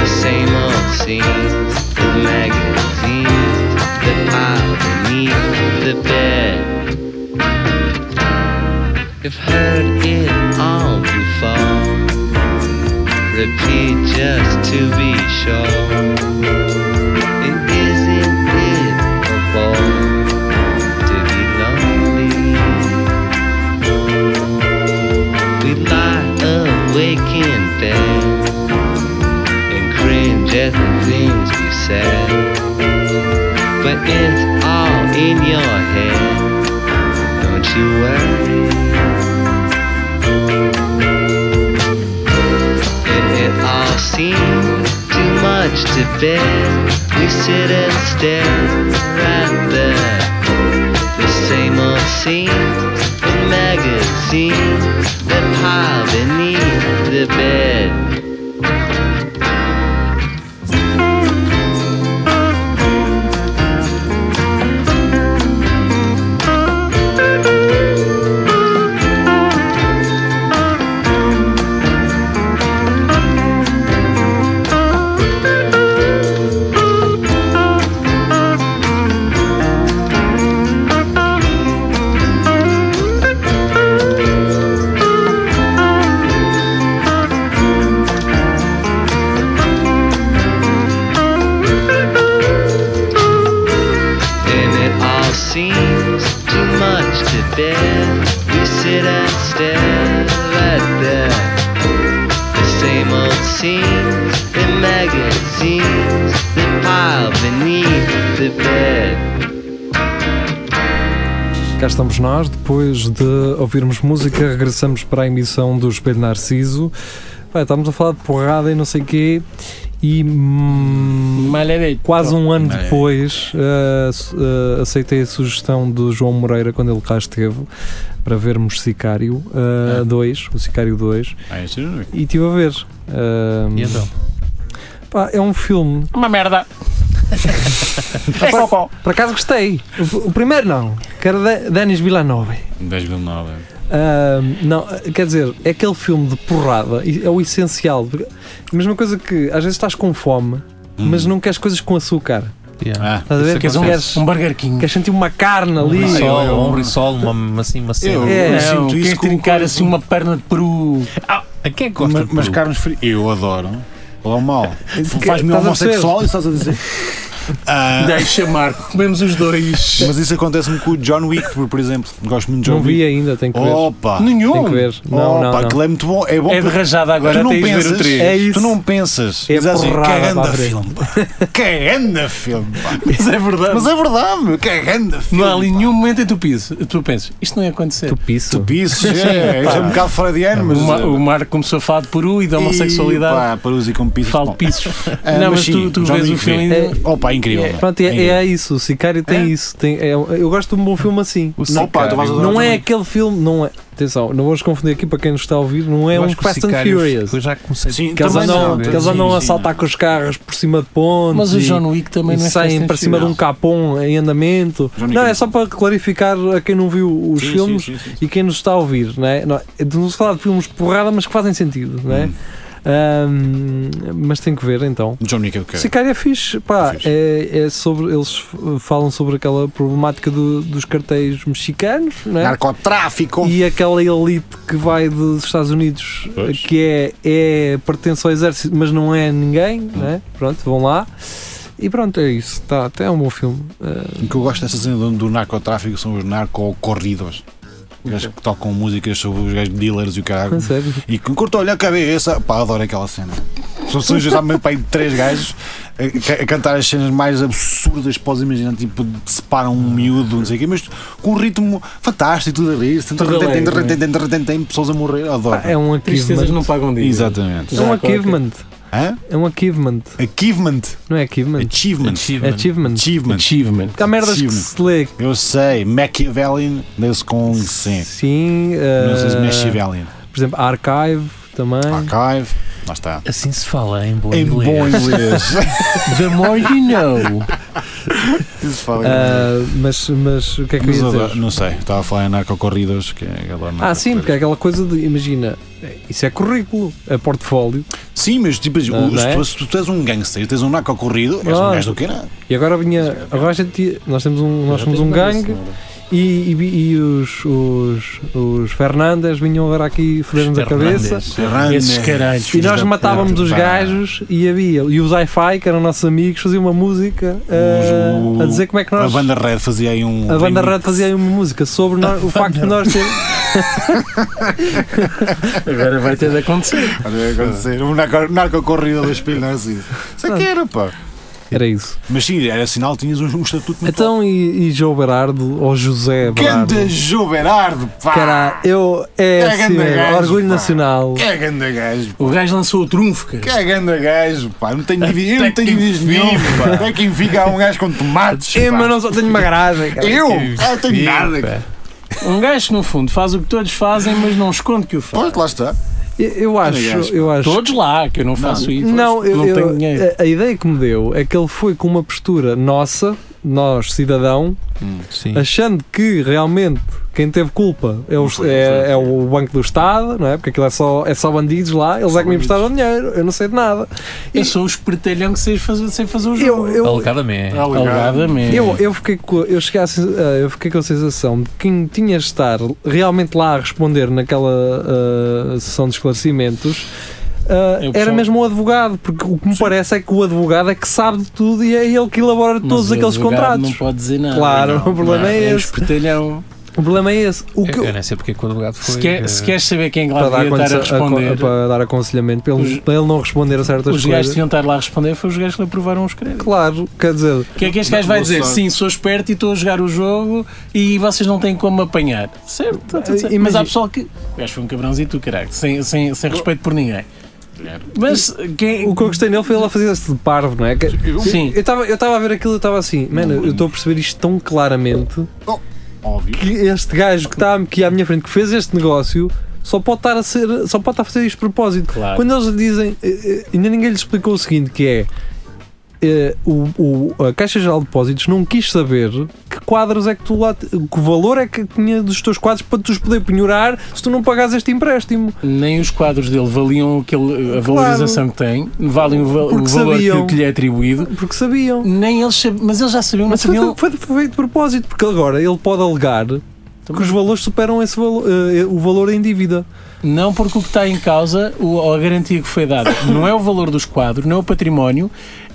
F: the same old scenes, the magazines, the pile beneath the bed. You've heard it all before. Repeat just to be sure. It isn't it a bore? to be lonely. We lie awake in bed and cringe at the things we said. But it's all in your head. Don't you worry. And it all seems too much to bear. We sit and stare at the the same old scenes in magazines that pile beneath the bed. And it all seems too much to bear. We sit and stare at the, the same old scenes in magazines that pile beneath the bed.
D: Cá estamos nós, depois de ouvirmos música, regressamos para a emissão do Espelho Narciso. Pá, estamos a falar de porrada e não sei o quê. E hum,
C: Malhadeiro.
D: quase um ano depois eh, su- eh, aceitei a sugestão do João Moreira quando ele cá esteve para vermos Sicário 2, o Sicário 2,
E: Ah, isso eu não vi.
D: e estive a ver. Ahm,
B: E então?
D: pá, é um filme.
C: Uma merda. é cocó.
D: Por acaso gostei. O, o primeiro não, que era Da- Denis Villeneuve.
E: 10.009.
D: Ahm, não, quer dizer, é aquele filme de porrada, e é o essencial. Porque- A mesma coisa que às vezes estás com fome, mas não queres coisas com açúcar.
B: Yeah.
E: Ah,
D: Estás a ver?
C: Queres um,
D: Queres,
C: um Burger King?
D: queres sentir uma carne ali.
B: Um
E: eu- eu-
B: risol, um risol, uma- uma, assim, uma
E: eu,
B: cena.
D: É,
E: eu
C: não,
E: sinto
C: queres
E: isso com
C: trincar assim uma perna de peru?
B: Ah, a quem é que gosta
E: mas,
B: de
E: mas
B: peru?
E: carnes É fritas. Eu adoro. Olá, mal. Faz-me
D: estás a
E: homossexual e estás a dizer. Ah,
C: Deixa, Marco, comemos os dois.
E: mas isso acontece-me com o John Wick, por, por exemplo. Gosto muito de John
D: Não
E: Wick.
D: vi
E: Oh,
D: ainda, tenho que ver.
E: Opa!
D: Tenho que
C: Nenhum.
D: ver. Não,
E: Opa,
D: não, não.
E: aquilo é muito bom. É bom
C: É de
E: porque
C: rajada agora,
E: tu não
C: até ir ver
E: pensas.
C: o 3.
D: É isso.
E: Tu não pensas.
D: É
E: Dizes assim,
D: porrada
E: que
D: para a
E: grande
D: frente."
E: filme. pá. Que grande filme. pá."
C: Mas é verdade.
E: Mas é verdade, meu. Que grande filme.
C: não há ali
E: pá.
C: nenhum momento em que tu, penses, tu pensas, isto não ia acontecer.
D: Tu piso.
E: Isso é, é um bocado fora de ano, mas. eh,
C: O, Ma- o Marco começou a falar de peru e da homossexualidade.
E: Pá, para usar com pisos.
C: Falo de
E: bom.
C: pisos.
E: Ah,
C: não,
E: mas
C: mas
E: sim,
C: tu, tu
E: John
C: vês o
E: Wick
C: filme
D: vê.
C: ainda.
E: Opa, é incrível.
D: Pronto, é, é, isso. O Sicário tem
C: É?
D: isso. Tem, é- eu gosto de um bom filme assim.
B: O
E: Não, pá, tu vais adorar
D: Não é
E: também.
D: aquele filme, não é. Atenção, não vamos confundir aqui para quem nos está a ouvir, não é
B: Eu
D: um
B: acho que o
D: Fast and
B: Sicários-
D: Furious.
B: Eu já comecei
E: Sim,
D: Que eles
E: também
D: andam,
E: não, né?
D: que eles
E: sim,
D: andam a
E: sim.
D: saltar com os carros por cima de pontes
C: Mas o
D: e,
C: John Wick também
D: e
C: não é Fast
D: saem
C: and
D: para cima de um
C: Furious.
D: capão em andamento.
E: John Wick
D: Não,
E: é
D: é
E: isso.
D: só para clarificar a quem não viu os
E: Sim,
D: filmes
E: sim, sim, sim.
D: e quem nos está a ouvir, não é? Não, é de não se falar de filmes porrada, mas que fazem sentido, não
E: Hum.
D: é? Ahm, mas tem que ver então.
E: John Wick é o que
D: O Sicário é fixe, pá,
E: É fixe.
D: é, é sobre, eles f- falam sobre aquela problemática do- dos cartéis mexicanos, não é?
E: Narcotráfico.
D: E aquela elite que vai dos Estados Unidos,
E: Pois.
D: que é, é pertence ao exército, mas não é ninguém,
E: Hum.
D: né? Pronto, vão lá. E pronto, é isso. Tá, até é um bom filme.
C: Ah,
D: Eh,
E: O que eu gosto dessa cena do, do narcotráfico são os narcocorridos. Os gajos que tocam músicas sobre os gajos dealers e o caralho.
D: a sério.
E: E que cortou-lhe a cabeça. Pá, adoro aquela cena. São são geralmente para aí três gajos a, ca- a cantar as cenas mais absurdas que podes imaginar. Tipo, separam um miúdo, não sei o quê, mas com um ritmo fantástico, tudo a rir.
C: Tudo alegre,
E: Tem pessoas a morrer. Adoro.
D: Pá, é um
C: Tristezas
D: achievement.
C: não pagam dinheiro.
E: Exatamente.
D: É um
C: Já, qualquer-
D: achievement.
E: Hã?
D: É um achievement.
E: Achievement.
D: Não é achievement.
E: Achievement.
D: É
B: Achievement.
D: achievement.
E: Achievement.
C: Achievement.
D: Há merdas que
E: Achievement.
D: se lê.
E: Eu sei, Machiavellian, deu-se com sim.
D: Sim.
E: Não sei se
D: eh,
E: Machiavellian.
D: por exemplo, Archive também.
E: Archive, lá está.
B: Assim se fala em bom
E: Em
B: inglês.
E: bom inglês.
C: The more you know.
E: Isso fala
D: Eh, mas, mas o que é que eu
E: Mas
D: ia
E: eu
D: dizer?
E: adoro- não sei, estava a falar em narcocorridos, que é aquela
D: Ah, sim, porque é
E: narcocorridas.
D: aquela coisa de, imagina, isso é currículo, é portfólio.
E: Sim, mas tipo, o-
D: Não, não
E: se,
D: é?
E: tu, se tu tens um gangster e tens um narcocorrido, és
D: Ah.
E: um gajo do que era.
D: E agora vinha, agora a gente, nós temos um, nós somos um gangue e, e- e os, os, os Fernandes vinham agora aqui foder-nos a
B: Hernandes.
D: cabeça.
E: um
C: Esses caralhos.
D: E nós matávamos os gajos e havia, e os hi-fi, que eram nossos amigos, faziam uma música eh,
E: Os- o-
D: a dizer como é que
E: A
D: nós.
E: banda Red fazia aí um.
D: A banda
E: remix.
D: Red fazia aí uma música sobre nós- o facto de nós termos.
C: Agora vai ter de acontecer.
E: Olha, é acontecer, Um narco- narcocorrido do espelho é narciso. Sei que era, pá.
D: Era isso.
E: Mas sim, era sinal que tinhas um, um estatuto muito
D: Então, e, e João Berardo, ou José Berardo?
E: Ganda João Berardo, pá!
D: Cara, eu. É
E: Que grande
D: assim, mesmo,
E: gajo,
D: orgulho
E: pá.
D: nacional.
E: Que é ganda gajo,
C: O gajo lançou o trunfo, cara.
E: que é ganda gajo, pá! Não tenho dividido, eu não
C: Até
E: tenho
C: que
E: dividido nenhum, pá! Até quem fica há um gajo com tomates,
D: É,
E: pá.
D: mas não só tenho uma garagem, cara.
E: Eu? Ah, não tenho nada, cara.
C: Um gajo que, no fundo, faz o que todos fazem, mas não esconde que o
D: É-
C: faz.
E: Pois, lá está.
D: Eu, eu acho, eu acho.
C: Todos lá, que eu não faço isso.
D: Não, eu,
C: não
D: eu- eh,
C: tenho dinheiro.
D: a, a ideia que me deu é que ele foi com uma postura nossa, nós, cidadão,
B: Sim.
D: achando que realmente quem teve culpa é, os- é- é o Banco do Estado, não é? Porque aquilo é só, é só bandidos lá, eles é que me emprestaram dinheiro, eu não sei de nada.
C: Eu sou o espertalhão que sei fazer, sei fazer o
D: Eu,
C: jogo.
D: eu,
B: Alegadamente.
C: Ah, Alegadamente.
D: eu, eu fiquei com, eu, cheguei à sen- ah, eu fiquei com a sensação de que quem tinha de estar realmente lá a responder naquela ah, sessão de esclarecimentos ah,
C: É o
D: era
C: pessoal.
D: mesmo o advogado, porque o que me parece é que o advogado é que sabe de tudo e é ele que elabora
C: Mas
D: todos
C: o
D: aqueles
C: advogado
D: contratos.
C: Não pode dizer nada.
D: Claro,
C: não.
D: o problema
C: Não,
D: é
C: um
D: esse.
C: espertalhão.
D: O problema é esse. O que
B: Eu,
D: eu-
B: eu nem sei porque que o advogado foi.
C: Se, quer,
B: eh,
C: se queres saber quem é que
D: para,
C: lá
D: dar
C: devia estar a
D: aconse- acon-
C: responder,
D: para dar aconselhamento, para ele,
C: Os-
D: para ele não responder a certas
C: os gajos
D: coisas.
C: que deviam estar lá a responder foi os gajos que lhe aprovaram os créditos.
D: Claro, quer dizer,
C: O que é que este gajo vai dizer? Sim, sou esperto e estou a jogar o jogo e vocês não têm como me apanhar. Certo, está tudo certo. mas
D: Ah, Imagina-
C: há pessoal que. O gajo foi um cabrãozinho, tu, caralho, sem, sem, sem respeito por ninguém. Mas quem.
D: o que eu gostei nele foi ele a fazer esse de parvo, não é? Que-
C: Sim,
D: Eu estava eu tava a ver aquilo e estava assim, mano, eu estou a perceber isto tão claramente
E: Óbvio.
D: que este gajo que está aqui à minha frente, que fez este negócio, só pode estar a ser, só pode estar a fazer isto de propósito.
C: Claro.
D: Quando eles dizem, eh, eh, ainda ninguém lhes explicou o seguinte, que é eh, o, o- a Caixa Geral de Depósitos não quis saber que quadros é que tu lá. Que valor é que tinha dos teus quadros para tu os poder penhorar se tu não pagares este empréstimo?
C: Nem os quadros dele valiam aquele, a valorização que tem, valem o, val- o
D: Porque
C: valor que,
D: sabiam.
C: que lhe é atribuído.
D: Porque sabiam.
C: Nem eles sabiam, mas eles já sabiam, não
D: Mas foi,
C: sabiam.
D: foi, foi feito de propósito, porque agora ele pode alegar que os valores superam esse valo- eh, o valor em dívida.
C: Não porque o que está em causa, o, a garantia que foi dada, não é o valor dos quadros, não é o património,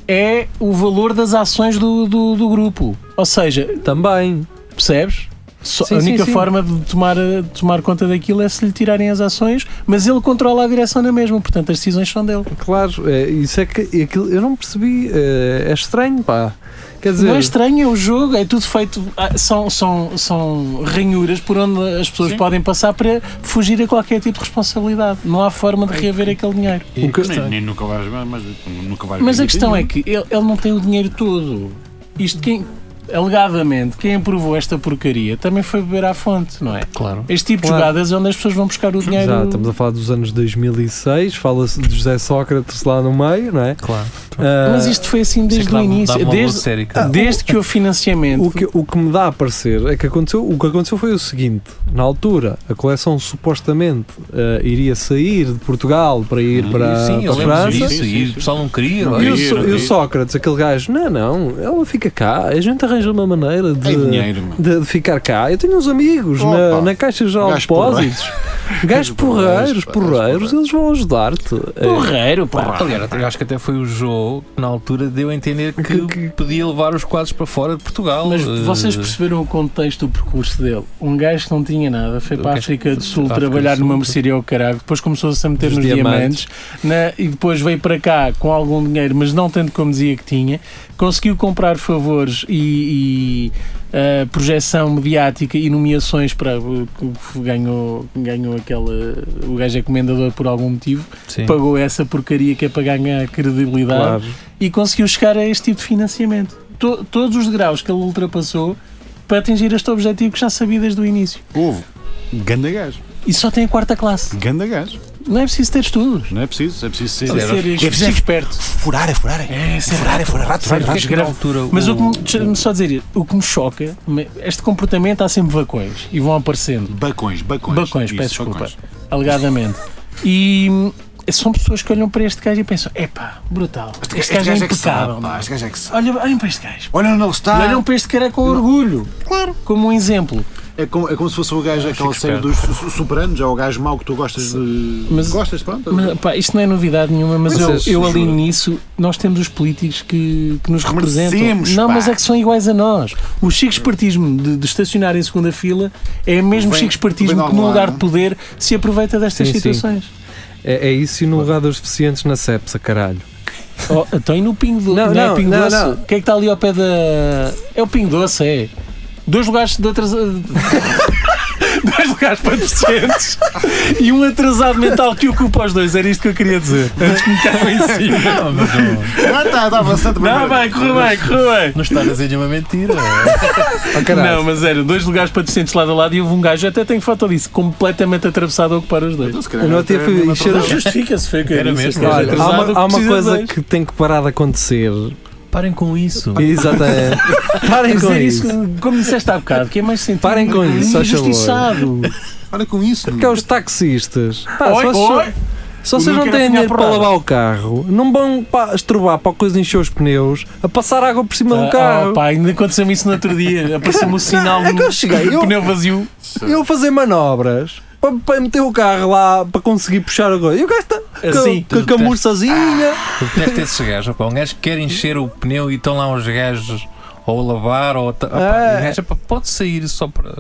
C: é o valor das ações do, do, do grupo. Ou seja,
D: Também.
C: percebes? Só-
D: Sim,
C: a
D: sim,
C: única
D: sim.
C: forma de tomar, eh, de tomar conta daquilo é se lhe tirarem as ações, mas ele controla a direção na mesma, portanto as decisões são dele.
D: Claro, é, isso é que é aquilo- eu não percebi. É, é estranho, pá. Quer dizer,
C: Não é estranho, é o jogo, é tudo feito. ah, São, são, são ranhuras por onde as pessoas podem passar para fugir a qualquer tipo de responsabilidade. Não há forma de reaver aquele dinheiro.
D: o que-
E: Nem, nem nunca vais ver, mas nunca vais
C: Mas
E: ver
C: a questão é
E: isso.
C: que ele, ele não tem o dinheiro todo. Isto quem. Alegadamente, quem aprovou esta porcaria também foi beber à fonte, não é?
B: Claro.
C: Este tipo
D: Claro.
C: de jogadas é onde as pessoas vão buscar o dinheiro.
D: Exato, estamos a falar dos anos 2006, fala-se de José Sócrates lá no meio, não é?
B: Claro.
D: Ah,
C: Mas isto foi assim desde o início. Desde, Ah,
B: Série, cara.
C: desde que o financiamento.
D: o, que, o que me dá a parecer é que aconteceu, o que aconteceu foi o seguinte: na altura, a coleção supostamente ah, iria sair de Portugal para ir para,
B: Ah, Sim, eu
D: para a
B: lembro
D: França.
B: disso.
E: Sim, sim,
B: E
E: sim.
B: o pessoal não é? queria.
E: Não
B: lá.
D: E o,
E: queria.
D: So- e o Sócrates, aquele gajo, não, não, ela fica cá, a gente arranja uma maneira de,
E: É dinheiro, meu.
D: de, de ficar cá. Eu tenho uns amigos na,
E: Opa.
D: na Caixa Geral de
E: Gajos porreiros.
D: Depósitos, gajos porreiros,
E: porreiros,
D: porreiros,
E: porreiros.
D: eles vão ajudar-te.
C: Porreiro, pá.
B: Aliás, eu acho que até foi o jogo que na altura deu a entender que, podia levar os quadros para fora de Portugal.
C: Mas
B: Eh,
C: vocês perceberam o contexto do percurso dele? Um gajo que não tinha nada foi para a
B: Um gajo
C: África do Sul
B: da África
C: trabalhar
B: do Sul.
C: numa mercearia ao caralho, depois começou-se a meter
D: Dos
C: nos diamantes,
D: diamantes.
C: na- e depois veio para cá com algum dinheiro, mas não tanto como dizia que tinha, conseguiu comprar favores e, e, ah, projeção mediática e nomeações para que ganhou, ganhou aquele o gajo é comendador por algum motivo,
B: Sim.
C: pagou essa porcaria que é para ganhar credibilidade
D: Claro.
C: e conseguiu chegar a este tipo de financiamento. To- todos os degraus que ele ultrapassou para atingir este objetivo que já sabia desde o início.
E: Houve. Ganda gajo.
C: E só tem a quarta classe.
E: Ganda gajo.
C: Não é preciso ter estudos.
E: Não é preciso. É preciso ser.
C: É ser
E: é preciso
C: esperto.
E: furar, é furar.
C: É, ser
E: Furar, é furar. Rato,
B: Sabes
E: rato,
B: o que é
E: rato.
B: que na altura
C: Mas o que me, deixa-me só dizer, o que me choca, me- este comportamento há sempre vacões e vão aparecendo.
E: Bacões, bacões.
C: Bacões,
E: Isso,
C: peço desculpa.
E: bacões.
C: Alegadamente. E hum, são pessoas que olham para este gajo e pensam: epá, brutal. Este gajo é
E: que sabe,
C: impecável.
E: pá,
C: meu."
E: Este gajo é que sabe.
C: Olha- Olhem para este gajo.
E: Olha onde ele está.
C: E olham para este cara com orgulho. Claro. Como um exemplo.
E: É como, é como se fosse o gajo, aquela série dos su- su- superanos, é o gajo mau que tu gostas de.
C: Mas-
E: gostas, pronto.
C: Mas, pá, isto não é novidade nenhuma, mas
D: Mas
C: eu,
D: vocês-
C: eu ali nisso, nós temos os políticos que, que nos representam.
E: Merecemos,
C: não,
E: pá.
C: mas é que são iguais a nós. O chico-espertismo de, de estacionar em segunda fila é o mesmo
E: Vem- vem de
C: chico-espertismo que,
E: algum
C: num
E: lado,
C: lugar
E: não?
C: de poder, se aproveita destas
D: Sim, sim.
C: situações.
D: É, é isso e no lugar dos deficientes na sepsa, caralho.
C: Oh, então e no Pingo Doce?
D: Não,
C: Não,
D: não,
C: é Pingo
D: não,
C: Doce?
D: não.
C: O que é que está ali ao pé da. É o Pingo Doce, é. Dois lugares de atrasados. Dois lugares para deficientes e um atrasado mental que ocupa os dois. Era isto que eu queria dizer. Antes que me caiam em cima.
B: Não, mas não,
E: Ah, está, está bastante bem.
C: Não, vai, corre bem, corre bem.
B: não está a dizer nenhuma mentira. é?
D: Oh, caralho.
C: Não, mas era dois lugares para deficientes lado a lado e houve um gajo, eu até tenho foto disso, completamente atravessado a ocupar os dois.
E: Então, se calhar,
D: Eu não até fui
E: mesmo
D: encher
E: atrasado.
C: Justifica-se, foi o que
B: Era mesmo,
C: Este
B: era.
C: gajo é
D: Há
C: atrasado,
D: uma, há uma
C: precisa de
D: coisa
C: dois.
D: que tem que parar de acontecer.
B: Parem com isso.
D: Exatamente. Parem com
C: Dizer isso,
D: isso.
C: como disseste há bocado, que é mais sentido.
D: Parem com isso, faz favor.
C: Injustiçado.
E: Olha com isso.
D: Que é os taxistas. Pá,
C: Oi,
D: se vocês-
C: oi.
D: Se
E: O
D: vocês não
E: Nuno quer apanhar
D: têm dinheiro para
E: porrada.
D: lavar o carro, não vão pá, estrobar para a coisa encher os pneus, a passar água por cima do
C: Ah,
D: carro.
C: pá, ainda aconteceu-me isso no outro dia. Apareceu-me o sinal
D: é que eu
C: do
D: cheguei,
C: do
D: eu-
C: pneu vazio.
D: eu fazer manobras para, para meter o carro lá para conseguir puxar a coisa. E o gajo está
C: Assim,
D: com, com a
B: tu
D: camurçazinha.
B: Tu deteste esses gajos, opa, um gajo que quer encher o pneu e estão lá uns gajos ou a lavar ou a ta- opa,
D: Ah.
B: um gajo, opa, pode sair só para.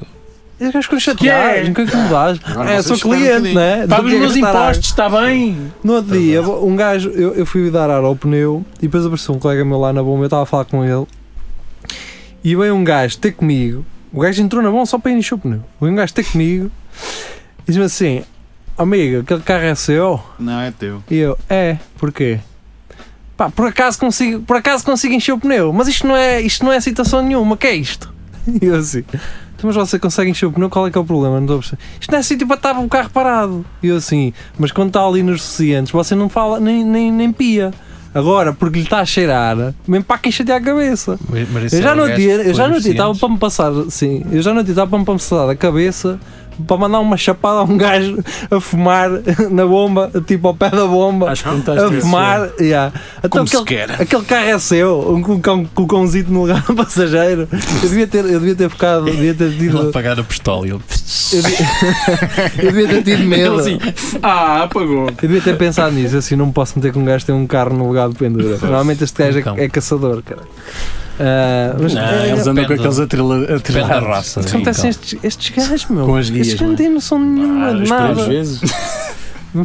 D: E os gajos ficam
C: Que é?
D: chateados. O que é que me dás?
E: Agora
D: É,
E: vocês
D: sou
E: esperam um
D: cliente,
E: bocadinho.
D: não é?
C: Paga os Tá meus
D: impostos.
C: impostos, está bem?
D: No outro dia, um gajo, eu, eu fui dar ar ao pneu e depois apareceu um colega meu lá na bomba, eu estava a falar com ele e veio um gajo ter comigo. O gajo entrou na bomba só para encher o pneu. Veio um gajo ter comigo e diz-me assim: Amigo, aquele carro é seu?
E: Não, é teu.
D: E eu: É, porquê? Pá, por acaso consigo, por acaso consigo encher o pneu, mas isto não é, isto não é situação nenhuma, que é isto? E eu assim: "Então, Mas você consegue encher o pneu, qual é que é o problema? Não estou a perceber." isto não é sítio para estar o carro parado. E eu assim, mas quando está ali nos suficientes, você não fala, nem, nem, nem pia. Agora, porque lhe está a cheirar, mesmo para que chatear a cabeça.
B: Mas- mas isso
D: Eu
B: é
D: já
B: um
D: no
B: gajo
D: dia,
B: que
D: eu já
B: põe
D: no
B: os
D: dia estava
B: cianos.
D: para me passar, sim, eu já no dia estava para me passar a cabeça para mandar uma chapada a um gajo a fumar na bomba, tipo ao pé da bomba.
C: Acho que não tá estás
D: a
C: desse
D: fumar, yeah. então,
E: Como se
D: aquele,
E: quer.
D: aquele carro é seu, um com, com, com o cãozito no lugar do passageiro. Eu devia ter, eu devia ter ficado, eu devia ter
B: Ele
D: tido,
B: apagar a pistola e ele.
D: eu devia, eu devia ter tido medo.
C: Ele assim, ah, apagou.
D: Eu devia ter pensado nisso, assim, não me posso meter com um gajo que tem um carro no lugar de pendura. Normalmente este gajo é-
B: Então.
D: é, caçador, cara. Ah, mas
E: Um Não,
D: é-
E: eles andam com
B: depende-
E: aqueles atrila-
B: Depende da
E: atrilados.
B: raça.
D: acontece
B: então.
D: estes, estes gajos, meu.
E: Com as guias,
D: estes gajos não
E: não é?
D: têm noção
C: Ah,
D: nenhuma de
E: Às
D: nada.
E: vezes.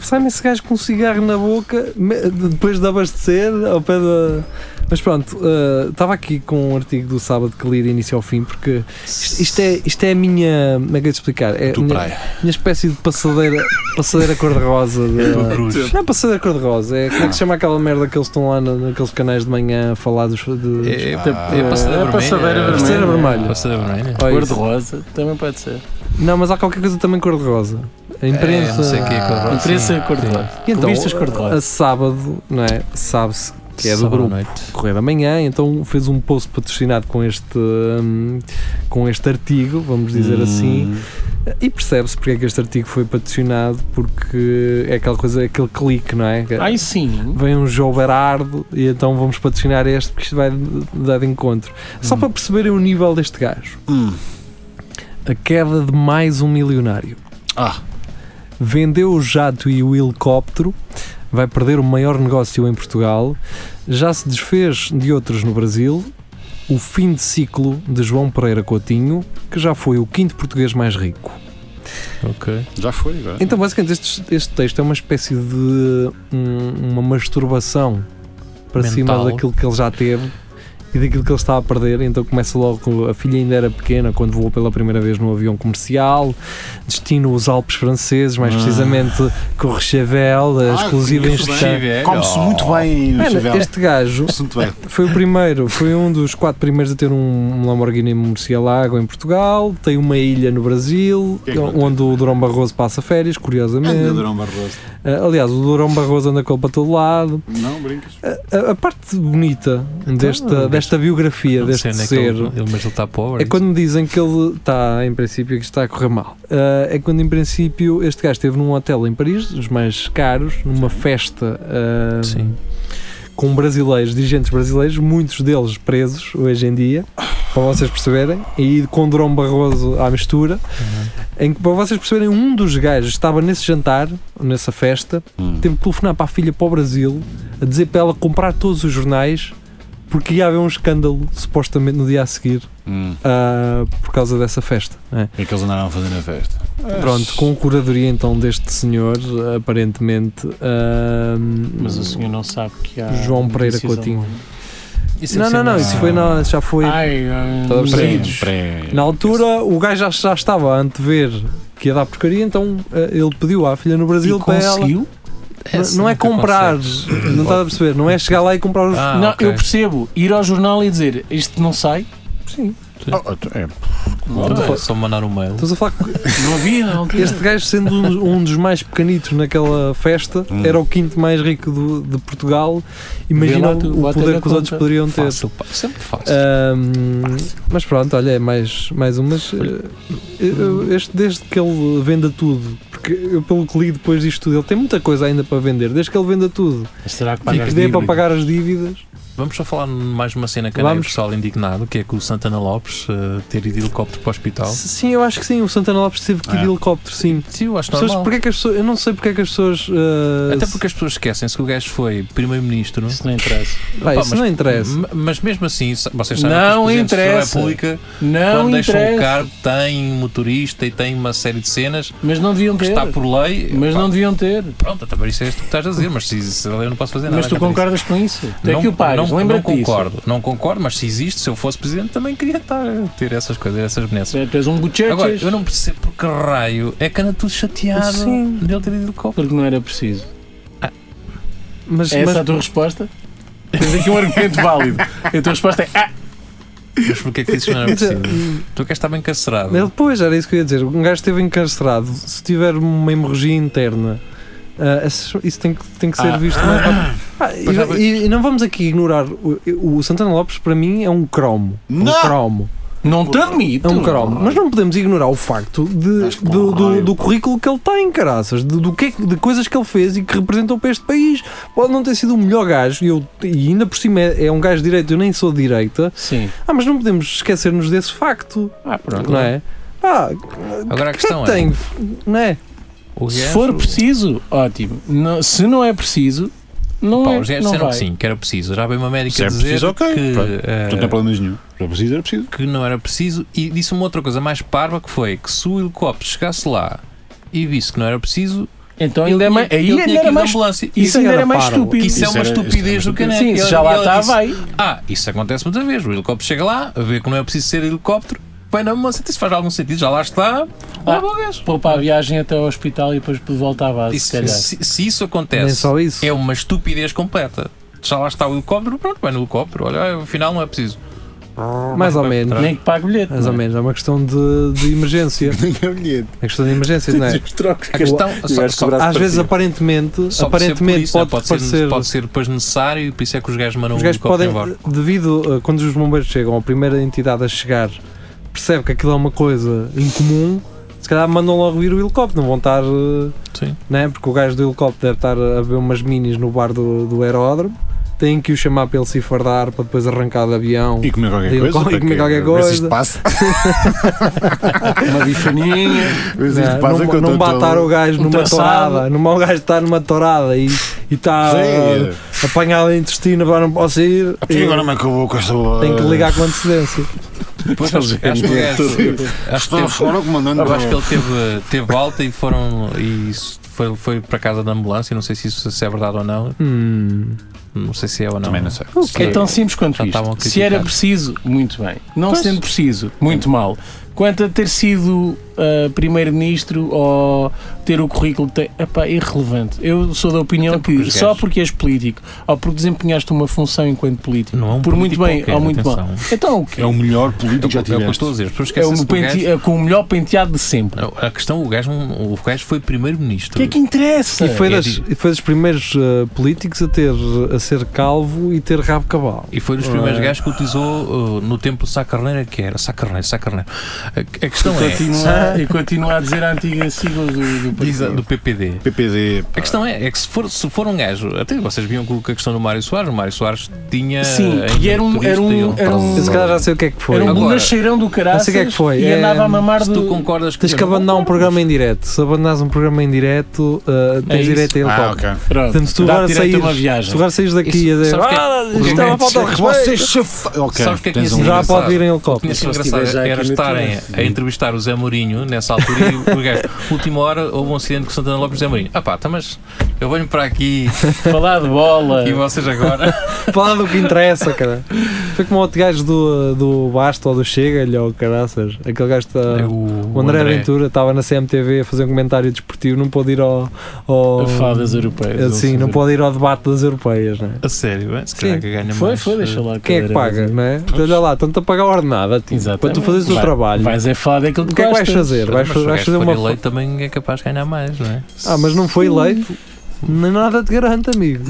D: Sai-me esse gajo com um cigarro na boca me- depois de abastecer ao pé da. Mas pronto, ah, estava aqui com um artigo do sábado que li de início ao fim, porque isto, isto é, isto é a minha. Como é que eu ia te explicar? É a
E: Tu
D: minha,
E: praia.
D: minha espécie de passadeira, passadeira cor-de-rosa. da-
E: Cruz.
D: Não é passadeira cor-de-rosa, é
B: Ah.
D: como é que se chama aquela merda que eles estão lá na- naqueles canais de manhã a falar dos. de-
B: É, é,
E: Ah,
B: é passadeira
C: é passadeira
B: vermelha.
D: Passadeira vermelha.
B: Passadeira vermelha.
D: Olha
C: Cor
D: isso.
C: de rosa, também pode ser.
D: Não, mas há qualquer coisa também cor-de-rosa. A imprensa.
B: É, não sei o que é que
E: Ah,
B: eu
C: Interessa a cor de rosa.
D: E então,
C: Revistas cor-de-rosa.
D: a sábado, não é? Sabe-se que é do grupo Correr Amanhã, então fez um post patrocinado com este, hum, com este artigo, vamos dizer assim. E percebe-se porque é que este artigo foi patrocinado, porque é aquela coisa, aquele clique, não é?
C: Ai
E: Uhum.
C: sim.
D: Vem um João Berardo e então vamos patrocinar este porque isto vai dar de encontro. Só para perceberem o nível deste gajo.
E: Uhum. Hum.
D: A queda de mais um milionário.
E: Ah.
D: Vendeu o jato e o helicóptero. Vai perder o maior negócio em Portugal. Já se desfez de outros no Brasil. O fim de ciclo de João Pereira Coutinho, que já foi o quinto português mais rico.
B: Ok.
E: Já foi agora.
D: Então, basicamente, este, este texto é uma espécie de um- uma masturbação para cima
B: Mental.
D: daquilo que ele já teve e daquilo que ele está a perder. Então, começa logo com a filha ainda era pequena quando voou pela primeira vez num avião comercial, destino os Alpes franceses, mais
E: Ah.
D: precisamente Courchevel, a
E: Ah,
D: exclusiva em
E: conheço bem.
D: Estan-
E: Come-se muito bem o
D: Mano,
E: Chevelle.
D: este gajo
E: Come-se muito bem.
D: foi o primeiro, foi um dos quatro primeiros a ter um, um Lamborghini Murcielago em Portugal, tem uma ilha no Brasil,
E: Que é que não tem?
D: onde o Durão Barroso passa férias,
E: Anda,
D: curiosamente.
E: Durão Barroso.
D: Ah, Aliás, o Durão Barroso anda com ele para todo lado.
E: Não, brincas.
D: A- A, a parte bonita desta, desta biografia,
B: Então, Não sei
D: deste
B: onde é que
D: ser,
B: ele- ele- Mas ele está pobre.
D: é quando me dizem que ele está, em princípio, que está a correr mal. Ah, é quando, em princípio, este gajo esteve num hotel em Paris, dos mais caros, numa festa ah,
B: Sim.
D: com brasileiros, dirigentes brasileiros, muitos deles presos hoje em dia, para vocês perceberem, e com Durão Barroso à mistura.
B: Uhum.
D: Em que, para vocês perceberem, um dos gajos estava nesse jantar, nessa festa,
E: Hum,
D: teve que telefonar para a filha para o Brasil a dizer para ela comprar todos os jornais porque ia haver um escândalo supostamente no dia a seguir
E: Hum.
D: ah, por causa dessa festa. não é?
E: O que é que eles andaram a fazer na festa?
D: Pronto, com a curadoria então deste senhor, aparentemente. ah,
C: Mas o senhor não sabe que há.
D: João Pereira
C: notícias
D: Coutinho.
C: online.
B: é
D: Não, não, não, isso foi na, já foi.
C: Ai, ah,
D: Estava
C: nos
D: preso.
C: idos.
E: Pré-
D: Na altura, o gajo já, já estava a antever que ia dar porcaria, então eh, ele pediu à filha no Brasil
C: E
D: para ela.
C: conseguiu?
D: Não- Não é comprar, não estás a perceber, não é chegar lá e comprar os.
B: Ah,
C: não,
B: ok.
C: eu percebo. Ir ao jornal e dizer isto não sai.
D: Sim.
E: Ah, ah, é.
B: Não, é Só mandar um mail.
D: Estás a falar que
C: Não havia, não tinha.
D: este gajo, sendo um, um dos mais pequenitos naquela festa,
E: Hum.
D: era o quinto mais rico do- de Portugal. Imagina
C: Vê lá tu,
D: o
C: bota
D: poder
C: na
D: que os outros
C: conta.
D: poderiam ter.
B: Fácil, pá. Sempre
D: É,
B: fácil.
D: Ahm, mas pronto, olha, é mais, mais um. Mas eh, eu- eu- este, desde que ele venda tudo, porque eu, pelo que li depois disto tudo, ele tem muita coisa ainda para vender. Desde que ele venda tudo
C: Mas será que
D: e
C: paga
D: que
C: as
D: dê para
C: dívidas?
D: pagar as dívidas,
B: Vamos só falar mais uma cena que anda aí o
D: Vamos.
B: pessoal indignado, que é que o Santana Lopes eh, ter ido de helicóptero para o hospital.
D: S- sim, eu acho que sim. O Santana Lopes teve que ir
C: É.
D: de
E: Ah.
D: helicóptero, sim.
B: Sim, eu acho
D: Pessoas,
B: normal.
D: porque é que as pessoas, eu não sei porque é que as pessoas. eh,
B: Até
D: se-
B: porque as pessoas esquecem-se que o gajo foi primeiro-ministro.
C: Isso não interessa.
D: pá,
B: Pá,
D: isso
B: mas-
D: não
C: é
D: interessa.
B: m- Mas mesmo assim, sa- vocês sabem
C: Não
B: que os presidentes
C: interessa.
B: da República,
C: Não
B: quando deixam um o
C: interessa.
B: cargo, têm um motorista e têm uma série de cenas que
C: Mas não deviam ter.
B: está por lei.
C: Mas
B: Pá,
C: não deviam ter.
B: Pronto, também isso é isto que estás a dizer, mas se, se eu não posso fazer nada.
C: Mas tu
B: contra isso.
C: concordas com isso? Tu é
B: Não-
C: que o pagas,
B: não,
C: lembra-te
B: não
C: disso.
B: concordo, não concordo, mas se existe, se eu fosse presidente, também queria estar a ter essas coisas, essas benesses.
C: Tu és um
B: Agora,
C: bochechas.
B: eu não percebo por que raio é que anda tudo chateado
D: Sim.
B: dele ter ido de copo.
C: Porque não era preciso.
D: Mas,
C: É
D: mas-
C: essa a tua resposta? Tens aqui um argumento válido. A tua resposta é ah,
B: Mas porquê é que isso não era
D: quer dizer,
B: possível? tu queres estar bem encarcerado.
D: Ele, pois, era isso que eu ia dizer. Um gajo esteve encarcerado. Se tiver uma hemorragia interna, ah, isso isso tem que, tem que ser
C: Ah.
D: visto. mais para- Ah, e, e- e não vamos aqui ignorar. O, o Santana Lopes, para mim, é um cromo.
E: Não!
D: Um cromo.
C: Não te admito.
D: É um cromo. Mas não podemos ignorar o facto de,
E: Mas,
D: do, do,
E: claro.
D: do currículo que ele tem, caraças. De, do que é que- de coisas que ele fez e que representam para este país. Pode não ter sido o melhor gajo, e, eu, e ainda por cima é, é um gajo de direito, eu nem sou de direita.
C: Sim.
D: Ah, mas não podemos esquecer-nos desse facto,
C: Ah, pronto.
D: não é? Ah,
B: Agora a
D: que
B: questão
D: é que
B: é.
D: tem, não é?
B: O
C: Se
B: gajo-
C: for preciso, ótimo. Não- se não é preciso, não
B: Pá,
C: é.
B: os gajos
C: não
B: disseram
C: vai.
B: que sim, que era preciso. Já veio uma médica
E: Se é
B: dizer
E: preciso, ok.
B: que,
E: Pronto.
B: eh,
E: Portanto, não é problema nenhum. Era preciso, era preciso.
B: que não era preciso e disse uma outra coisa mais parva que foi que se o helicóptero chegasse lá e visse que não era preciso,
C: Então ainda é mais.
B: ele
C: Aí
B: tinha
C: ainda
B: que ir
C: era
B: de
C: mais.
B: ambulância.
C: Isso
D: Isso
C: ainda
D: era
C: era mais
D: parvo.
C: estúpido.
B: isso, é
E: Isso
B: uma
E: era-
B: estupidez
E: isso era
B: do que nem
C: Sim,
B: ele-
C: se já lá tá,
B: ele
C: está,
B: disse,
C: vai.
B: Ah, isso acontece muitas vezes. O helicóptero chega lá, vê que não é preciso ser helicóptero, vai na ambulância. Isso faz algum sentido, já lá está.
C: Ah,
B: Leva o gajo.
C: Poupa a viagem até ao hospital e depois volta à base,
B: Isso-
C: se calhar.
B: se, se isso
D: Nem
B: acontece,
D: só isso.
B: é uma estupidez completa. Já lá está o helicóptero, pronto, vai no helicóptero. Olha, afinal não é preciso.
D: Mais ou menos.
C: Nem que pague bilhete.
D: Mais ou
C: não é?
D: menos, é uma questão de, de emergência. É questão de emergência, não é?
B: A questão, só, só,
D: Às vezes, aparentemente,
B: Só por ser por
D: aparentemente
B: isso,
D: pode,
B: né? pode,
D: parecer.
B: ser, pode ser depois necessário e por isso é que os gajos mandam
D: os
B: um
D: gajos
B: helicóptero
D: podem,
B: embora.
D: devido a quando os bombeiros chegam, a primeira entidade a chegar percebe que aquilo é uma coisa incomum, se calhar mandam logo vir o helicóptero, não vão estar. eh,
B: Sim.
D: Né? Porque o gajo do helicóptero deve estar a ver umas minis no bar do, do aeródromo, têm que o chamar para ele se fardar, para depois arrancar do avião.
E: E comer qualquer
D: E
E: coisa.
D: comer
E: para que-
D: qualquer
E: Ver se isto
D: coisa.
E: passa.
C: Uma bifaninha.
E: Ver se
D: Né?
E: isto passa. que eu
D: Não, não
E: estou-
D: matar o gajo
C: um
D: numa
C: traçado.
D: torada, não mal o gajo está numa torada e e tá, está
E: Sim.
D: a apanhar o intestino, agora não posso ir.
E: Até agora me acabou com esta.
D: Tem que ligar com antecedência.
B: Depois acho, acho que o gajo- acho que
E: Estou
B: teve-
E: fora o comandante.
D: Ah,
B: eu acho que
E: do-
B: ele teve, teve alta e foram e isso foi, foi para casa da ambulância, não sei se isso se é verdade ou não,
D: Hum.
B: não sei se é ou não.
E: Também não sei.
C: É tão simples quanto
B: Já estavam
C: isto.
B: a
C: Se era
B: criticar.
C: preciso, muito bem. Não sendo preciso, muito mal. Quanto a ter sido ah, primeiro-ministro ou ter o currículo que tem, epá, irrelevante. Eu sou da opinião
B: Até
C: que
B: porque os
C: só
B: gajos-
C: porque és político ou porque desempenhaste uma função enquanto político,
B: Não é um
C: por muito
B: político
C: bem
B: qualquer,
C: ou muito
B: atenção.
C: mal. Então o quê?
E: É o melhor político que
B: É
E: já
B: o que eu
E: tiveste.
B: estou a dizer, as pessoas
C: É
B: esquecem-se
C: o
B: do gajo-
C: pente- é com o melhor penteado de sempre.
B: A questão, o gajo, o gajo foi
C: O
B: primeiro-ministro.
C: que é que interessa?
D: E foi,
B: é
D: das,
B: di-
D: e foi dos primeiros eh, políticos a, ter, a ser calvo e ter rabo cabal.
B: E foi um dos primeiros
C: Ah.
B: gajos que utilizou uh, no templo Sacarneira, que era Sacarneira, Sacarneira. A, a questão
C: E
B: é
C: continua- E continua a dizer a antiga sigla do, do
B: diz a-
C: partido.
B: do PPD.
E: PPD.
B: A questão é, é que se for, se for um gajo, até vocês viam que a questão do Mário Soares, o Mário Soares tinha.
C: Sim,
B: eh,
C: e era um-
B: turista
C: era um-
B: e ele
C: era um-
B: tava-
D: Eu se calhar já sei o que é que foi.
C: Era um
B: Agora,
C: bonacheirão do
D: não
C: caraças
D: sei o que é que foi.
C: e
D: É,
C: andava a mamar
B: Se
C: do...
B: tu concordas
D: Tens
B: eu
D: que
B: não
D: abandonar um
B: concordo,
D: programa em direto. Se abandonares um programa em direto, eh, tens
C: isso.
D: direito a
E: Ah,
D: helicóptero.
E: ok.
C: Pronto,
D: Portanto, se tu
C: dá
D: agora
C: direito a uma
D: saíres- Se
C: viagem.
D: tu agora saís daqui
B: Isso-
D: a dizer
B: sabes que é-
D: "Ah,
B: o
E: Então,
D: isto é uma
B: momento
D: falta de respeito",
E: chaf... Ok,
B: Sabes o que
E: tens
B: é que tinha
E: um-
B: sido?
D: já
B: engraçado.
D: pode vir em
B: Tinha
D: helicóptero.
B: sido engraçado
G: estiver já
B: era
G: aqui no
B: estarem
G: trânsito.
B: a entrevistar o Zé Mourinho nessa altura e o gajo, última hora, houve um acidente com o Santana Lopes e o Zé Mourinho. Ah pá, tá, mas eu venho para aqui
C: Falar de bola.
B: e vocês agora.
D: Falar do que interessa, cara. Foi como outro gajo do, do Basto ou do Chega-lhe, ou caraças. Aquele gajo que
C: É
D: está. O André, Ventura estava na CMTV a fazer um comentário desportivo, não pôde ir ao. ao
C: A falar das europeias.
D: Sim, não pode ir ao debate das europeias, né?
B: A sério, é? se calhar
D: Sim.
B: que ganha
C: Foi,
B: mais,
C: foi,
B: eh,
C: deixa lá. a
D: Quem é que
C: cadeira
D: paga,
C: vazia.
D: não é? Olha lá, estão-te a pagar ordenada, tipo,
C: Exatamente.
D: para tu fazeres o teu
C: Vai-
D: trabalho.
C: Vais é falar daquilo que
D: o que é que vais
C: gostas.
D: fazer? Vais,
B: mas se o
D: vais
B: gajo
D: fazer
B: for
D: uma.
B: eleito também é capaz de ganhar mais, não é?
D: Ah, mas não
C: Hum.
D: foi eleito? Nem Nada te garante, amigo.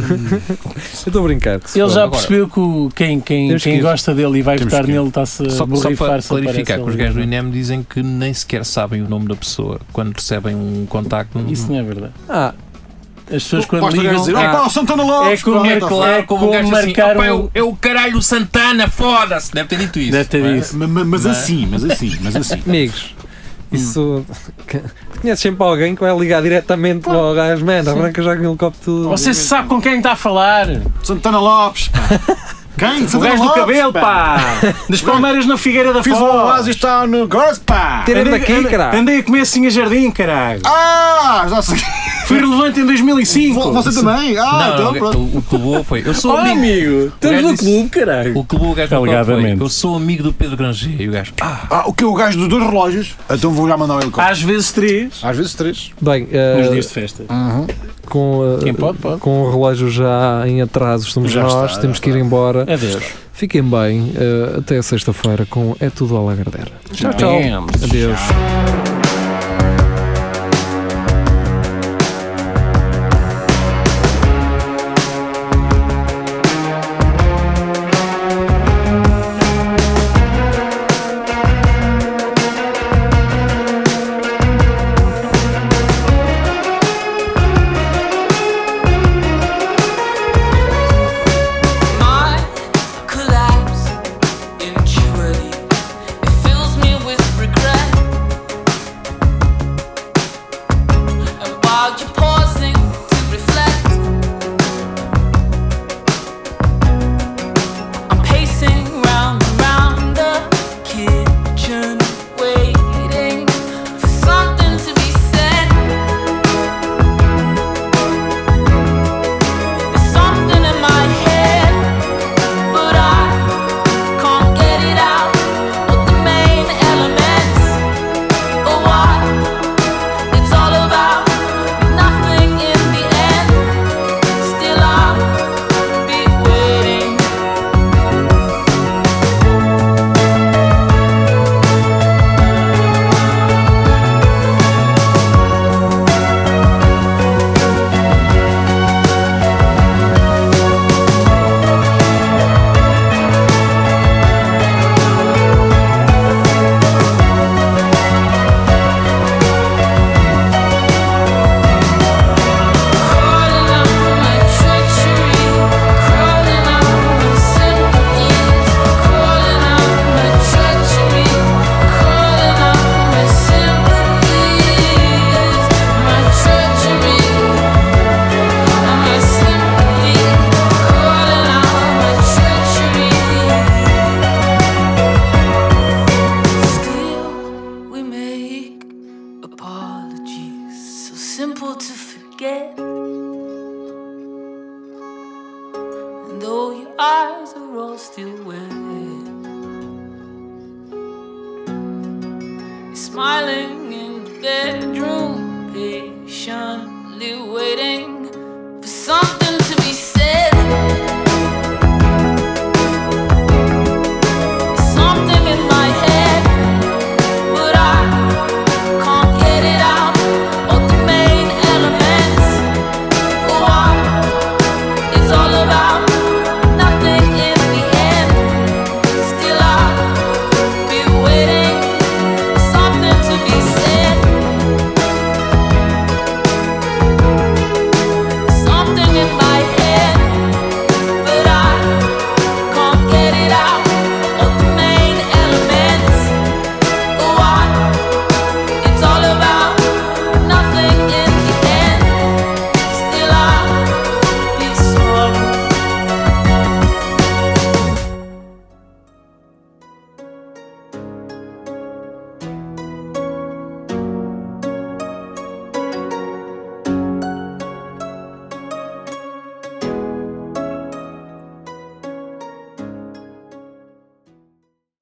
D: Eu estou a brincar.
C: Hum. Ele já
B: Agora-
C: percebeu que o- quem, quem,
D: Temos
C: quem
D: que ir.
C: gosta dele e vai
E: Temos
C: votar
E: que ir.
C: nele está-se a
B: Só, só para
C: borrifar-se.
B: clarificar que os
C: aparece
B: gajos do
C: ali.
B: INEM dizem que nem sequer sabem o nome da pessoa quando recebem um contacto.
C: Isso não é verdade.
D: Ah,
C: As pessoas quando
E: Basta o gajo
C: ligam...
E: dizer, opa, o Santana Lopes!
C: é como
E: pá,
C: é
E: tá
C: claro.
B: Claro, como um gajo
C: como
B: assim,
C: marcar
B: "Opa,
C: um-
B: eu, eu caralho o Santana, foda-se! Deve ter dito isso.
C: Deve ter
B: não é?
C: dito.
E: feito. Ma- ma- Mas assim, mas assim, mas assim.
D: amigos, isso. Tu conheces sempre alguém que vai ligar diretamente para o gajo, man, arranca já com um o helicóptero.
C: Você sabe com quem está a falar.
E: Santana Lopes, pá. Quem?
C: O
E: Santana
C: gajo do
E: Lopes,
C: cabelo, pá. Das palmeiras na Figueira da
E: Fiz um
C: Foz.
E: oásis, está no Girls, pá.
D: Tirem
C: Andei-
D: daqui,
C: andei-
D: caralho.
C: Andei a comer assim a jardim, caralho.
E: Ah, já sei.
C: Fui relevante em 2005.
E: Vo- Você também? Ah,
B: Não,
E: então
B: não,
E: pronto.
B: o, o que levou foi. Eu sou
C: Oh,
B: amigo.
C: amigo, estamos
B: gajo
C: no
B: disse-
C: clube, caralho.
B: O que levou o gajo para o palco foi.
C: Alegadamente.
B: Eu sou amigo do Pedro Granger. E o gajo. Ah,
E: Ah, o que é o gajo dos dois relógios? Então vou já mandar o helicóptero.
C: Às vezes três.
E: Às vezes três.
D: Bem, eh,
C: Nos dias de festa.
D: com, eh,
C: Quem pode, pode.
D: com o relógio já em atraso, estamos
E: Já
D: nós,
E: está,
D: temos
E: já
D: que ir embora.
C: Adeus.
D: Fiquem bem, eh, até sexta-feira com É Tudo a Lagardera.
C: Tchau, tchau.
D: Adeus.
G: though your eyes are all still wet. You're smiling Oh,